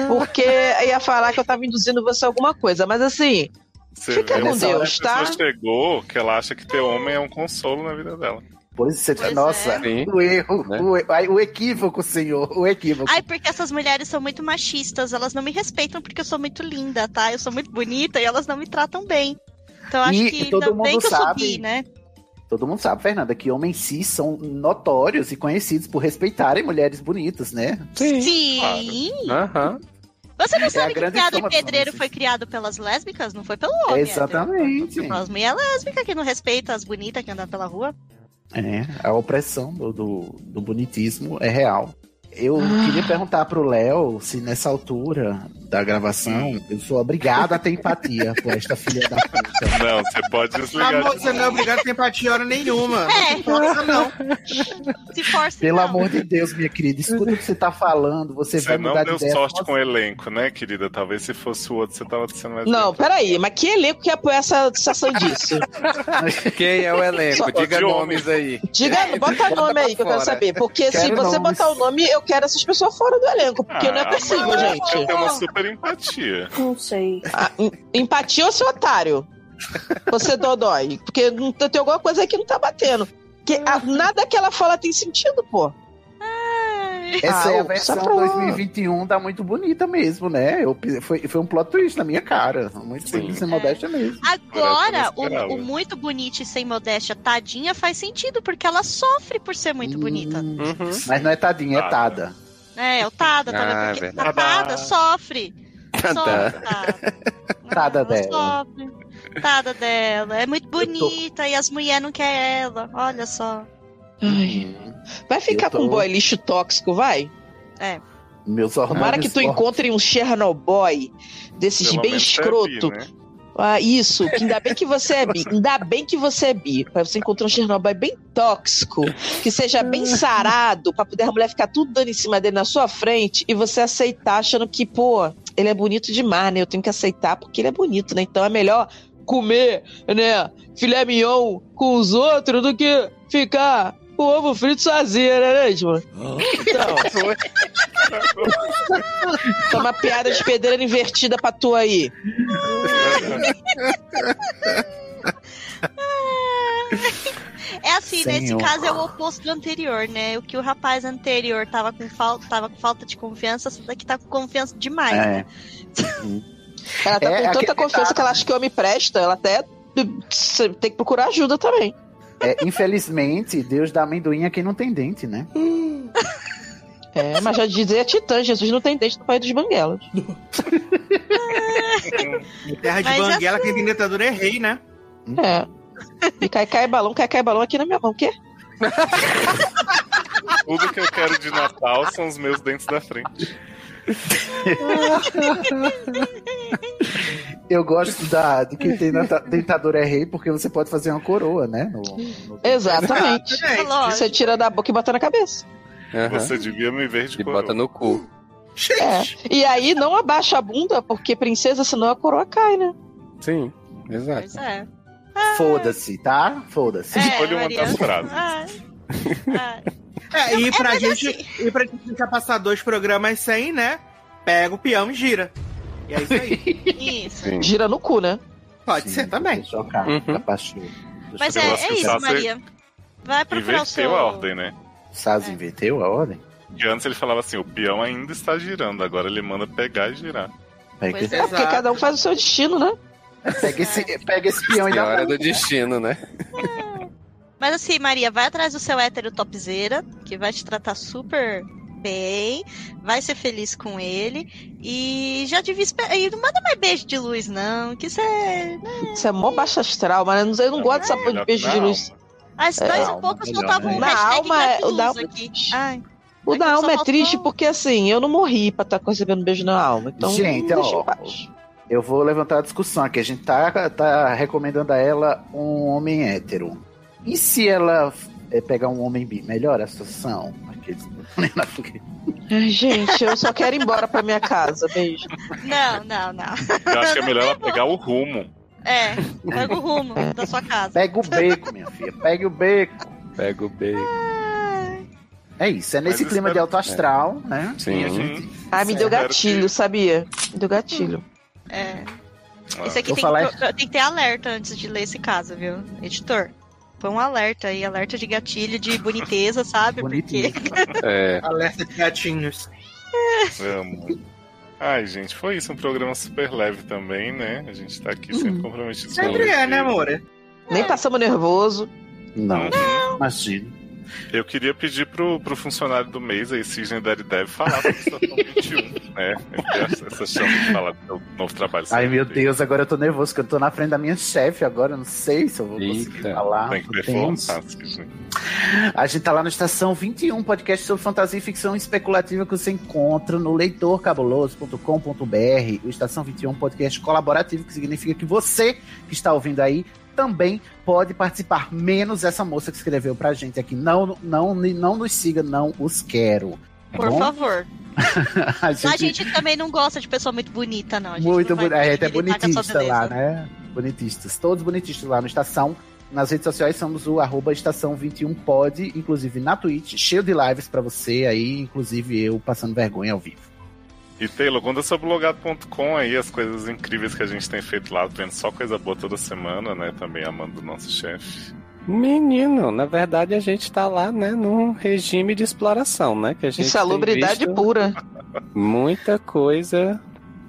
porque eu ia falar que eu tava induzindo você a alguma coisa. Mas assim, Você Fica vê com como Deus, a pessoa tá? chegou que ela acha que ter homem é um consolo na vida dela. Pois você... Pois Nossa, é. Sim. o erro, Né? o, e- ai, o equívoco, senhor, o equívoco. Ai, porque essas mulheres são muito machistas, elas não me respeitam porque eu sou muito linda, tá? Eu sou muito bonita e elas não me tratam bem. Então acho E- que e todo ainda bem mundo que eu sabe. subi, né? Todo mundo sabe, Fernanda, que homens cis são notórios e conhecidos por respeitarem mulheres bonitas, né? Sim. Sim! Aham. Você não sabe que É grande piada e soma dos pedreiro homens. foi criado pelas lésbicas? Não foi pelo homem. é tipo, Exatamente. hétero. Foi Pelas mulheres lésbicas que não respeita as bonitas que andam pela rua. É, a opressão do, do, do bonitismo é real. Eu Ah. queria perguntar pro Léo se nessa altura da gravação eu sou obrigado a ter empatia por esta filha da puta. Não, você pode desligar. Amor, você não é obrigado a ter empatia hora nenhuma. É. Não força, não. Se força. Pelo não. amor de Deus, minha querida, escuta o que você tá falando, você, Você vai é não mudar de deu ideia. sorte com o elenco, né, querida? Talvez se fosse o outro, você tava sendo mais. não, bem. peraí, mas que elenco que apoia essa sensação disso? Quem é o elenco? Diga de homem. nomes aí. Diga, bota nome aí que eu fora. quero saber. Porque se Quero você nomes. botar o nome, eu quero essas pessoas fora do elenco, porque Ah, não é possível, mas gente. Eu tenho uma super empatia. Não sei. Ah, em- empatia ou seu otário? Você dodói. Porque não- tem alguma coisa aí que não tá batendo. Que a- nada que ela fala tem sentido, pô. Essa é a Ah, versão só pra- 2021 da um, tá muito bonita mesmo, né? Eu, pe- foi, foi um plot twist na minha cara. Muito bonito, sem modéstia mesmo. Agora, Parece que o, o eu não esperava. muito bonita e sem modéstia, tadinha, faz sentido, porque ela sofre por ser muito Hum. bonita. Mas não é tadinha, é tada. É, o Tada, tá Ah, vendo? é Porque verdade. a Tada Tada. sofre. Sofre, Tada dela. sofre. Tada dela. É muito bonita e as mulheres não querem ela. Olha só. Ai. Vai ficar Eu tô- com um boy lixo tóxico, vai? É. Meus Tomara hormônios que tu fortes. encontre um Chernobyl desses Pelo bem menos é escroto. bi, né? Ah, isso, que ainda bem que você é bi. Ainda bem que você é bi. Pra você encontrar um Chernobyl bem tóxico, que seja bem sarado, pra poder a mulher ficar tudo dando em cima dele na sua frente e você aceitar achando que, pô, ele é bonito demais, né? Eu tenho que aceitar porque ele é bonito, né? Então é melhor comer, né, filé mignon com os outros do que ficar com ovo frito sozinha, né, né, Edmund? Então. Toma piada de pedreiro invertida pra tu aí. É assim, nesse Senhor. caso é o oposto do anterior, né? O que o rapaz anterior tava com, fal tava com falta de confiança, essa daqui tá com confiança demais, É. né? Ela tá É, com aquele tanta confiança ditado, que ela acha que o homem presta, ela até cê tem que procurar ajuda também. É, infelizmente, Deus dá amendoim a quem não tem dente, né? É, mas já dizia Titã, Jesus não tem dente no país dos banguelas. Terra de Mas assim- Banguela, quem tem ditadura é rei, né? Uhum. É. E cai, cai balão, cai, cai balão aqui na minha mão, o quê? Tudo que eu quero de Natal são os meus dentes da frente. Eu gosto da, de quem tem nata- dentadura é rei, porque você pode fazer uma coroa, né? No- Exatamente. Exatamente. Você tira da boca e bota na cabeça. Você devia me ver de coroa. bota no cu. É. E aí não abaixa a bunda, porque princesa, senão a coroa cai, né? Sim, exato. Pois é. Foda-se, tá? Foda-se. Escolha uma das frases. Ah, É, e, pra gente, assim- e pra gente já passar dois programas sem, né? Pega o peão e gira. E é isso aí. Isso. Sim. Gira no cu, né? Pode ser também. Uhum. Mas é, é isso, Maria. Vai É. procurar o seu. um Inverteu a ordem, né? Saz inverteu a ordem? Porque antes ele falava assim, o peão ainda está girando, agora ele manda pegar e girar. Pega É tá. porque cada um faz o seu destino, né? Pega esse, pega esse peão e É dá hora pra- do destino, né? Mas assim, Maria, vai atrás do seu hétero topzeira, que vai te tratar super bem, vai ser feliz com ele. E já devia esperar. E não manda mais beijo de luz, não. Que isso é. né? Isso é mó baixa astral, mas eu não gosto dessa porra de beijo de luz. As dois É. e poucos Melhor, faltavam né? um Na hashtag alma, Black é- o da Luz alma é aqui. Ai. O da Aqui só alma é faltou- triste porque assim, eu não morri pra estar recebendo beijo na alma. Então, Gente, deixa ó, em paz. eu vou levantar a discussão aqui. A gente tá, tá recomendando a ela um homem hétero. E se ela eh, pegar um homem bi? Melhora a situação? Aqueles- Ai, gente, eu só quero ir embora pra minha casa. Beijo. Não, não, não. Eu acho que é melhor ela pegar o rumo. É, pega o rumo da sua casa. Pega o beco, minha filha. Pega o beco. Pega o beco. É isso, é nesse Mas clima espero- é. de alto astral, né? Sim. E a gente- Ai, Ah, me deu Espero gatilho, sabia? Me deu gatilho. É. Ah. Esse aqui Vou tem, falar- que, pro- tem que ter alerta antes de ler esse caso, viu? Editor. Põe um alerta aí, alerta de gatilho, de boniteza, sabe? Porque. É. Alerta de gatinhos. Amo. Ai, gente, foi isso. Um programa super leve também, né? A gente tá aqui Uhum. sempre comprometido com Sempre é, né, amor? Nem passamos nervoso. Não. Imagina. Eu queria pedir pro, pro funcionário do mês aí, Cisne Daredevil, falar sobre Estação 21, né? Ele tem essa- Essa chance de falar do seu novo trabalho. Ai, meu Deus, agora eu tô nervoso, que eu tô na frente da minha chefe agora, eu não sei se eu vou conseguir falar. Tem que Tenso. performar, tá, Cisne. A gente tá lá no Estação 21, podcast sobre fantasia e ficção especulativa que você encontra no leitorcabuloso.com.br. O Estação 21 é um podcast colaborativo, que significa que você que está ouvindo aí também pode participar, menos essa moça que escreveu pra gente aqui. Não, não, não nos siga, não os quero. tá Por bom? favor. A A gente também não gosta de pessoa muito bonita, não. A gente Muito não vai bonito. A gente é militar com a sua bonitista beleza. lá, né? Bonitistas. Todos bonitistas lá no Estação. Nas redes sociais somos o arroba estação 21pod, inclusive na Twitch, cheio de lives pra você aí, inclusive eu passando vergonha ao vivo. E Taylor, conta sobre o logado.com aí, as coisas incríveis que a gente tem feito lá, vendo só coisa boa toda semana, né? Também amando o nosso chefe. Menino, na verdade a gente tá lá, né, num regime de exploração, né? Que a gente tem Insalubridade visto pura. Muita coisa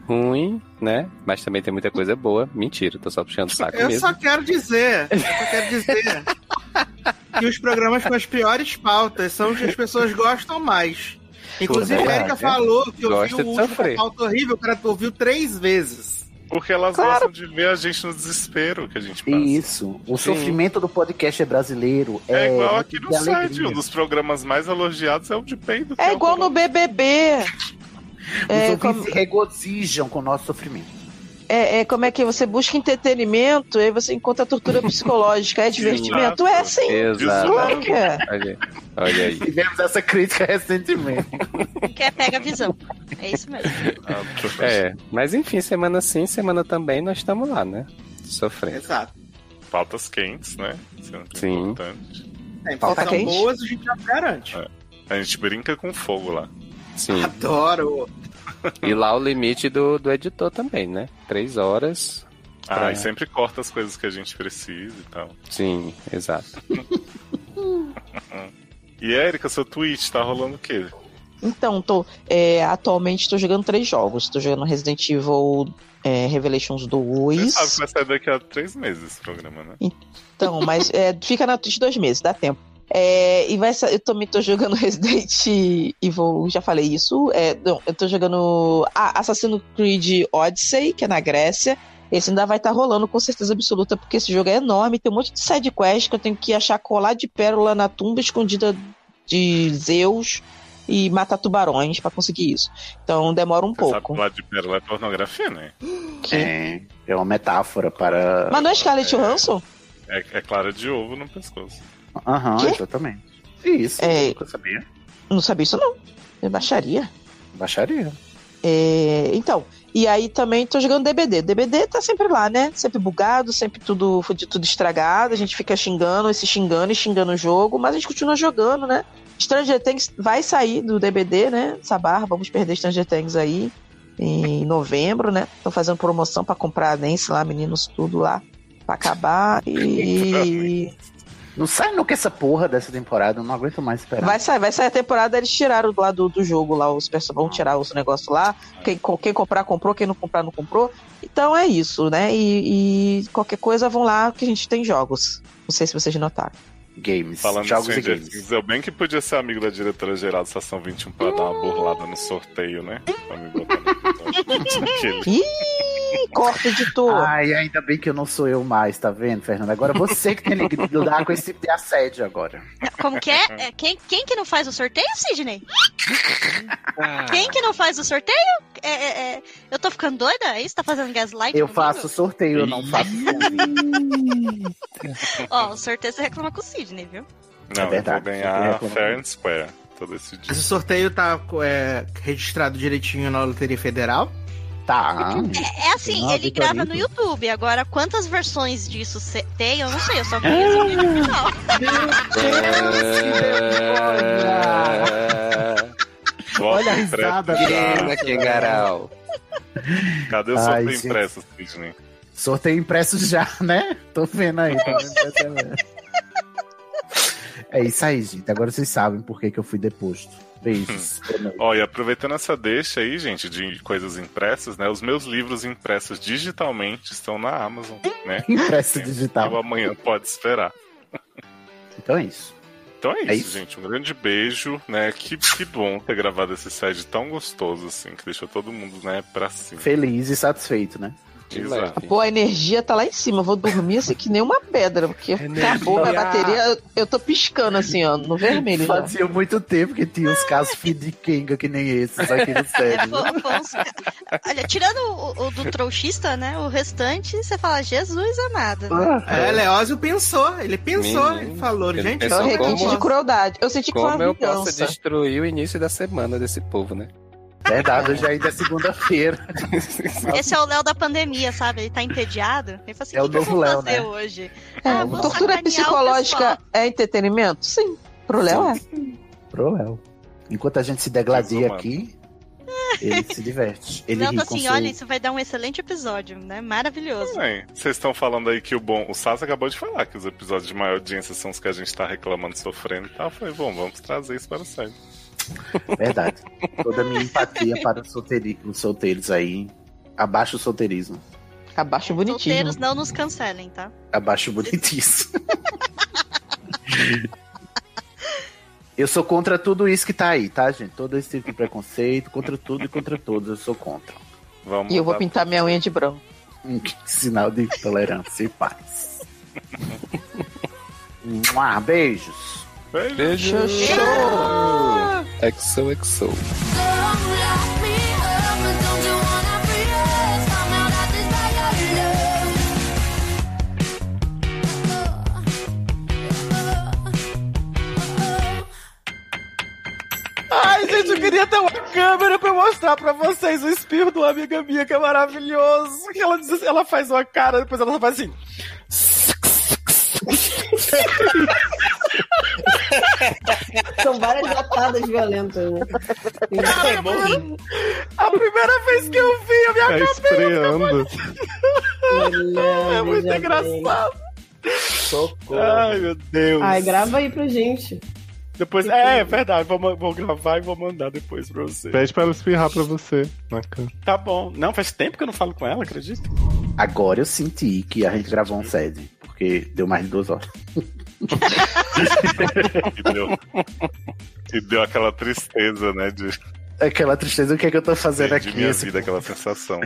ruim, né? Mas também tem muita coisa boa. Mentira, tô só puxando o Tá saco É Eu mesmo. só quero dizer, eu só quero dizer que os programas com as piores pautas são os que as pessoas gostam mais. Inclusive, Porra, a Erika né? falou que eu vi Gosta o de último sofrer. pauta horrível, o cara ouviu três vezes. Porque elas Claro. gostam de ver a gente no desespero que a gente E passa. isso. O Sim. sofrimento do podcast brasileiro é. É, igual aqui no de site, alegria. um dos programas mais elogiados é o de peido. É igual no BBB. Os É, ouvintes se regozijam com o nosso sofrimento. É, é, como é que é? você busca entretenimento, aí você encontra tortura psicológica, é divertimento? É sim. Exato. Claro que é. Olha, olha aí. Tivemos essa crítica é recentemente. Quer pega a visão. É isso mesmo. Ah, É, mas enfim, semana sim, semana também, nós estamos lá, né? Sofrendo. Exato. Pautas quentes, né? Isso é muito Sim. importante. É. É, Pauta são quente. boas, a gente já garante. A gente brinca com fogo lá. Sim. Adoro. E lá o limite do, do editor também, né? Três horas. Ah, pra- e sempre corta as coisas que a gente precisa e tal. Sim, exato. E Érica, seu tweet tá rolando o quê? Então, tô, é, atualmente estou jogando três jogos. Estou jogando Resident Evil é, Revelations 2. Sabe que vai sair daqui a três meses esse programa, né? Então, mas é, fica na Twitch dois meses, dá tempo. É, e vai sa- eu também tô jogando Resident Evil, já falei isso. É, não, eu tô jogando ah, Assassin's Creed Odyssey, que é na Grécia. Esse ainda vai estar rolando com certeza absoluta, porque esse jogo é enorme, tem um monte de side quest que eu tenho que achar colar de pérola na tumba escondida de Zeus e matar tubarões pra conseguir isso. Então demora um pouco. Sabe lá de pérola é pornografia, né? É, é uma metáfora para. Mas não é Scarlett Johansson? É, é clara de ovo no pescoço. Aham, Quê? exatamente. Isso. É, Eu sabia. não sabia isso não. É baixaria. Baixaria. É, então, e aí também tô jogando DBD. DBD tá sempre lá, né? Sempre bugado, sempre tudo fudido, tudo estragado. A gente fica xingando, e se xingando e xingando o jogo, mas a gente continua jogando, né? Stranger Things vai sair do DBD, né? Sabar, vamos perder Stranger Things aí em novembro, né? Tô fazendo promoção pra comprar a Nancy lá, meninos, tudo lá, pra acabar. E. Não sai nunca essa porra dessa temporada, eu não aguento mais esperar. Vai sair, vai sair a temporada, eles tiraram lá do, do jogo lá, os personagens vão tirar os negócios lá. Quem, co- quem comprar, comprou, quem não comprar, não comprou. Então é isso, né? E, e qualquer coisa vão lá que a gente tem jogos. Não sei se vocês notaram. Games. Falando jogos em e Stranger games. Things, eu bem que podia ser amigo da diretora geral da Estação 21 pra dar uma burlada no sorteio, né? Pra me botar no Aquele. Ih, corta, editor. Ai, ainda bem que eu não sou eu mais, tá vendo, Fernando? Agora você que tem que lidar com esse tipo de assédio agora. Como que é? É, Quem, quem que não faz o sorteio, Sidney? Ah. Quem que não faz o sorteio? É, é, é, eu tô ficando doida? É isso? Tá fazendo gaslight? Eu comigo? faço sorteio, eu não faço. Ó, o sorteio você reclama com o Sidney, viu? Não, É verdade, eu vou eu ganhar reclamo. Fair and Square todo esse dia. Mas o sorteio tá é, registrado direitinho na Loteria Federal? Tá. É, é assim, Não, ele Vitorino. grava no YouTube. Agora, quantas versões disso cê- tem? Eu não sei, eu só conheço o vídeo final. Olha a risada Pena que garal. Cadê o Ai, sorteio gente. impresso, Sidney? Sorteio impresso já, né? Tô vendo aí. Tô vendo pra tela. é isso aí, gente. Agora vocês sabem por que, que eu fui deposto. Beijos. Boa noite. Olha, aproveitando essa deixa aí, gente, de coisas impressas, né? Os meus livros impressos digitalmente estão na Amazon, né? Impresso E o digital. amanhã pode esperar. Tá. Então é isso. Então é isso, É isso? gente. Um grande beijo, né? Que, que bom ter gravado esse site tão gostoso, assim, que deixou todo mundo, né, pra cima. Feliz e satisfeito, né? Exato. Pô, a energia tá lá em cima. Eu vou dormir assim que nem uma pedra, porque acabou minha bateria. Eu, eu tô piscando assim, ó, no vermelho. já. Fazia muito tempo que tinha uns casos fidiquenga que nem esses aqui no Ah. É, sério. foi- foi uns- Olha, tirando o, o do trouxista, né? O restante, você fala, Jesus amado. né? Ah, É, Leózio pensou, ele pensou, Menino, um ele falou, ele gente, pensou eu como- requinte de cru- Crueldade. Eu senti que foi Como uma eu posso vingança. destruir o início da semana desse povo, né? Verdade, hoje ainda é segunda-feira. Esse é o Léo da pandemia, sabe? Ele tá entediado. Ele fala assim, É o o que, que eu novo vou Léo, fazer né? hoje? É, Ah, vou tortura sacanear o pessoal. psicológica é entretenimento? Sim. Pro Léo é. Pro Léo. Enquanto a gente se degladia aqui, Ele se diverte. Ele Não, ri tô com assim, seu- olha, isso vai dar um excelente episódio, né? Maravilhoso. Bem, vocês estão falando aí que o bom. O Sasa acabou de falar que os episódios de maior audiência são os que a gente tá reclamando, sofrendo e tal. Eu falei, bom, vamos trazer isso para o site. Verdade. Toda a minha empatia para os, solteiri- os solteiros aí. Abaixa o solteirismo. Abaixo bonitinho. Solteiros não nos cancelem, tá? Abaixa o bonitíssimo. Eu sou contra tudo isso que tá aí, tá, gente? Todo esse tipo de preconceito, contra tudo e contra todos, eu sou contra. Vamos E eu vou pintar minha unha de branco. Um sinal de tolerância e paz. Mua, beijos. É Beijo. Exo, exo. Ai, gente, eu queria ter uma câmera pra mostrar pra vocês o espirro do amiga minha, que é maravilhoso. Que ela, diz- ela faz uma cara, depois ela faz assim. São várias batadas violentas, né? A primeira vez que eu vi, eu me Tá acabei. estreando. É muito veja engraçado. Socorro. Ai, meu Deus. Ai, grava aí pra gente. Depois, é, é verdade, vou, ma- vou gravar e vou mandar depois pra você. Pede pra ela espirrar pra você na cama. Tá bom. Não, faz tempo que eu não falo com ela, acredito. Agora eu senti que a gente gravou um sede, porque deu mais de duas horas. E deu, e deu aquela tristeza, né? De, Aquela tristeza, o que é que eu tô fazendo de aqui? minha assim. Esse, vida, aquela sensação.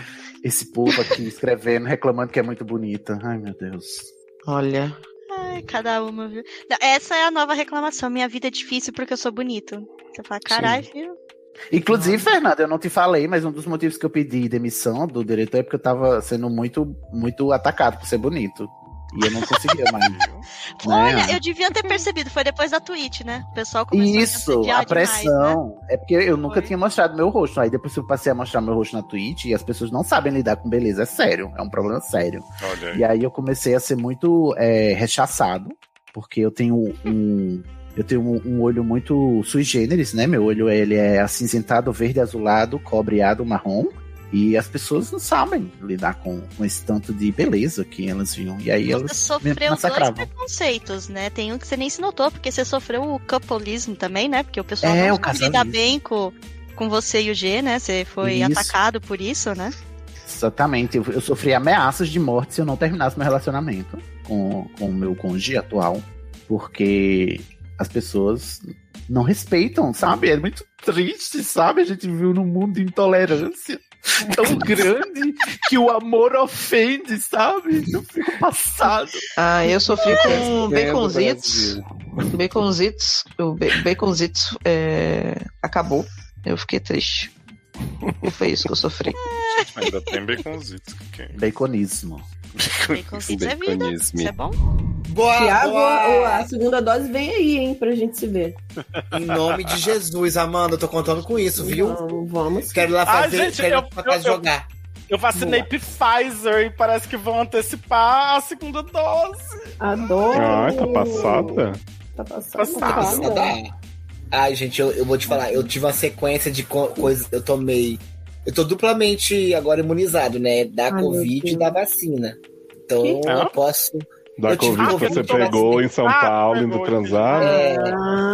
esse povo aqui escrevendo, reclamando que é muito bonita. Ai, meu Deus. Olha. Ai, cada uma, viu? Não, Essa é a nova reclamação. Minha vida é difícil porque eu sou bonito. Você fala, caralho, filho. Inclusive, Fernanda, eu não te falei, mas um dos motivos que eu pedi demissão do diretor é porque eu tava sendo muito, muito atacado por ser bonito. E eu não conseguia mais. Olha, Né? eu devia ter percebido. Foi depois da Twitch, né? O pessoal começou a, Isso, me a assediar demais, né? pressão. É porque eu nunca tinha mostrado meu rosto. Aí depois eu passei a mostrar meu rosto na Twitch e as pessoas não sabem lidar com beleza. É sério, é um problema sério. Olha aí. E aí eu comecei a ser muito é, rechaçado, porque eu tenho um. Eu tenho um, um olho muito sui generis, né? Meu olho ele é acinzentado, verde, azulado, cobreado, marrom. E as pessoas não sabem lidar com, com esse tanto de beleza que elas viam. E aí Você elas me sofreu dois massacravam. preconceitos, né? Tem um que você nem se notou, porque você sofreu o coupleismo também, né? Porque o pessoal É, não o casalismo. lida bem com, com você e o G, né? Você foi Isso. atacado por isso, né? Exatamente. Eu, eu sofri ameaças de morte se eu não terminasse meu relacionamento com com o meu cônjuge atual, porque as pessoas não respeitam, sabe? É muito triste, sabe? A gente vive num mundo de intolerância tão grande que o amor ofende, sabe? Eu fico passado. Ah, eu sofri com baconzitos. Brasil. Baconzitos. O ba- baconzitos é, acabou. Eu fiquei triste. E foi isso que eu sofri. Ainda tem baconzitos. Que quem... Baconismo. Preconceito é vida. Baconismo. Isso é bom. Boa, Tiago, boa. a a segunda dose vem aí, hein, pra gente se ver. Em nome de Jesus, Amanda, eu tô contando com isso, viu? Vamos, vamos. Quero ir lá Ai, fazer, Ah, gente, quero ir eu- pra eu- casa eu- jogar. Eu vacinei Pfizer e parece que vão antecipar a segunda dose. Adoro. Ai, tá passada. Tá passado. Tá Nossa, dá. Ai, gente, eu, eu vou te falar, eu tive uma sequência de co- coisas. Eu tomei. Eu tô duplamente agora imunizado, né? Da meu Covid e Deus. da vacina. Então Que? eu posso. Ah? Da Eu tive Covid que Covid, você eu tô pegou em São Ah, Paulo, indo pegou. Ah, transar. É,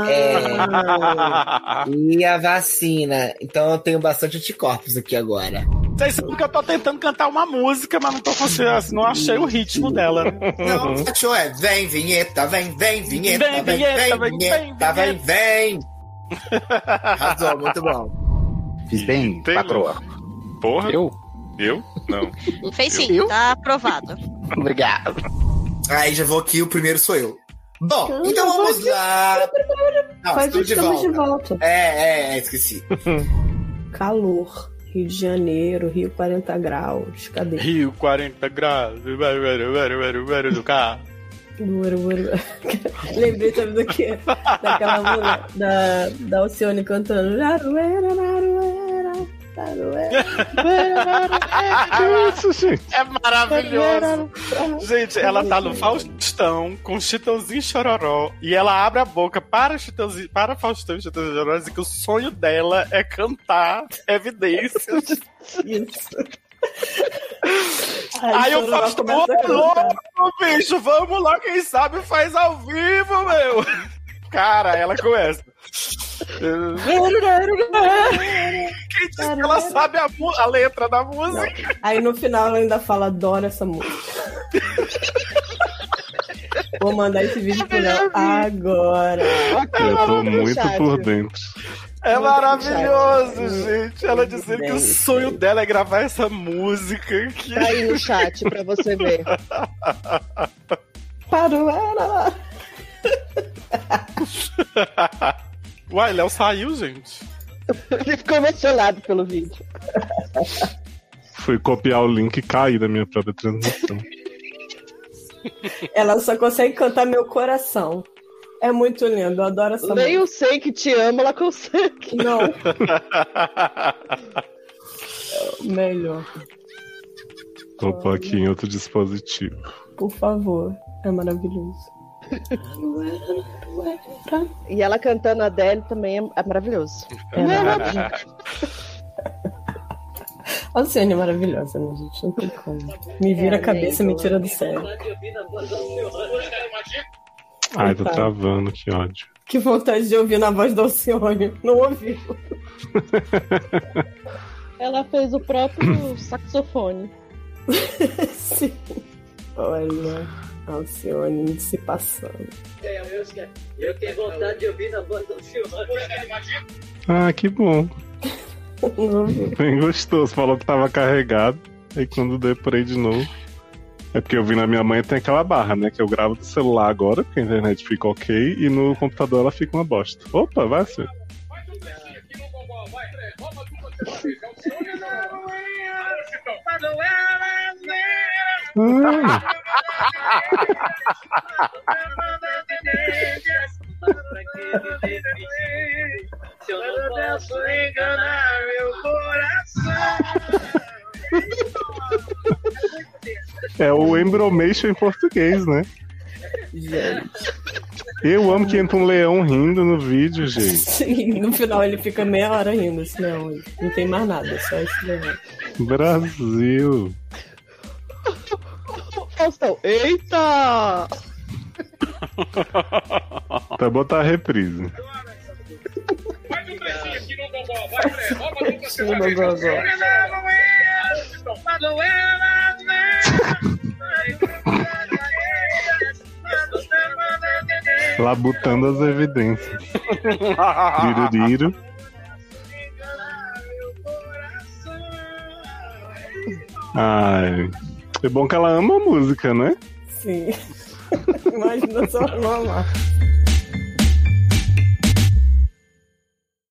é. Ah, E a vacina. Então eu tenho bastante anticorpos aqui agora. Vocês sabem que eu tô tentando cantar uma música, mas não tô conseguindo. assim, Não achei o ritmo dela. Não, o show é vem vinheta, vem, vem vinheta, Vem, vem, vem vinheta, vinheta, vem, vem, vem, vem, vem. Arrasou, muito bom. Fiz bem, Taylor. patroa. Porra, eu? Eu? Não. Fez sim, tá aprovado. Obrigado. Aí já vou aqui, o primeiro sou eu. Bom, então vamos lá. Não, Faz estou de estamos de volta. volta. É, é, é, esqueci. Calor. Rio de Janeiro, Rio 40 graus. Cadê? Rio 40 graus. veru, veru, veru, veru, veru do carro. Bora, bora. Lembrei também do que? Daquela mulher da, da Alcione cantando. Aruera, aruera, isso, gente. É maravilhoso. Gente, ela tá no Faustão com Chitãozinho e Chororó e ela abre a boca para Chitãozinho, para Faustão e Chitãozinho e Chororó e diz que o sonho dela é cantar evidências. Aí o Chororó Faustão, começa a ô cantar." louco, bicho, vamos lá, quem sabe faz ao vivo, meu. É. Cara, ela começa. Quem disse que ela sabe a, mu- a letra da música? Aí no final ela ainda fala, adoro essa música. Vou mandar esse vídeo pro Léo agora. é Eu tô muito por dentro. É maravilhoso, Muito gente. Ela dizendo que o sonho dela é gravar essa música. Que... Tá aí no chat pra você ver. Parou ela. Uai, Léo saiu, gente. Ele ficou emocionado pelo vídeo. Fui copiar o link e caí da minha própria transmissão. Ela só consegue cantar meu coração. É muito lindo, eu adoro essa Nem música. eu sei que te amo, ela consegue. Não. Melhor, Vou pôr aqui em outro dispositivo. por favor. É maravilhoso. E ela cantando a Tá Adele também é- é maravilhoso. A Luciane é maravilhosa, né, gente? Não tem como. Me vira É, a cabeça e me tira do sério. Ai, tô Coitada. travando, que ódio. Que vontade de ouvir na voz do Alcione. Não ouviu. Ela fez o próprio saxofone. Sim. Olha, a Alcione se passando. Eu tenho vontade de ouvir na voz do senhor. Ah, que bom. Não ouviu. Bem gostoso. Falou que tava carregado. Aí quando deprei de novo. É porque eu vi na minha mãe tem aquela barra, né? Que eu gravo do celular agora, porque a internet fica ok, e no computador ela fica uma bosta. Opa, vai ser. Se eu não posso enganar meu coração. É o embromation em português, né? Eu amo que entra um leão rindo no vídeo, gente. Sim, no final ele fica meia hora rindo, esse leão. aí. Não tem mais nada, só esse leão. Brasil. Faustão, eita! Tá botar a reprise. Labutando as evidências. Diruriro. Ai. É bom que ela ama a música, né? Sim. Imagina só não amar.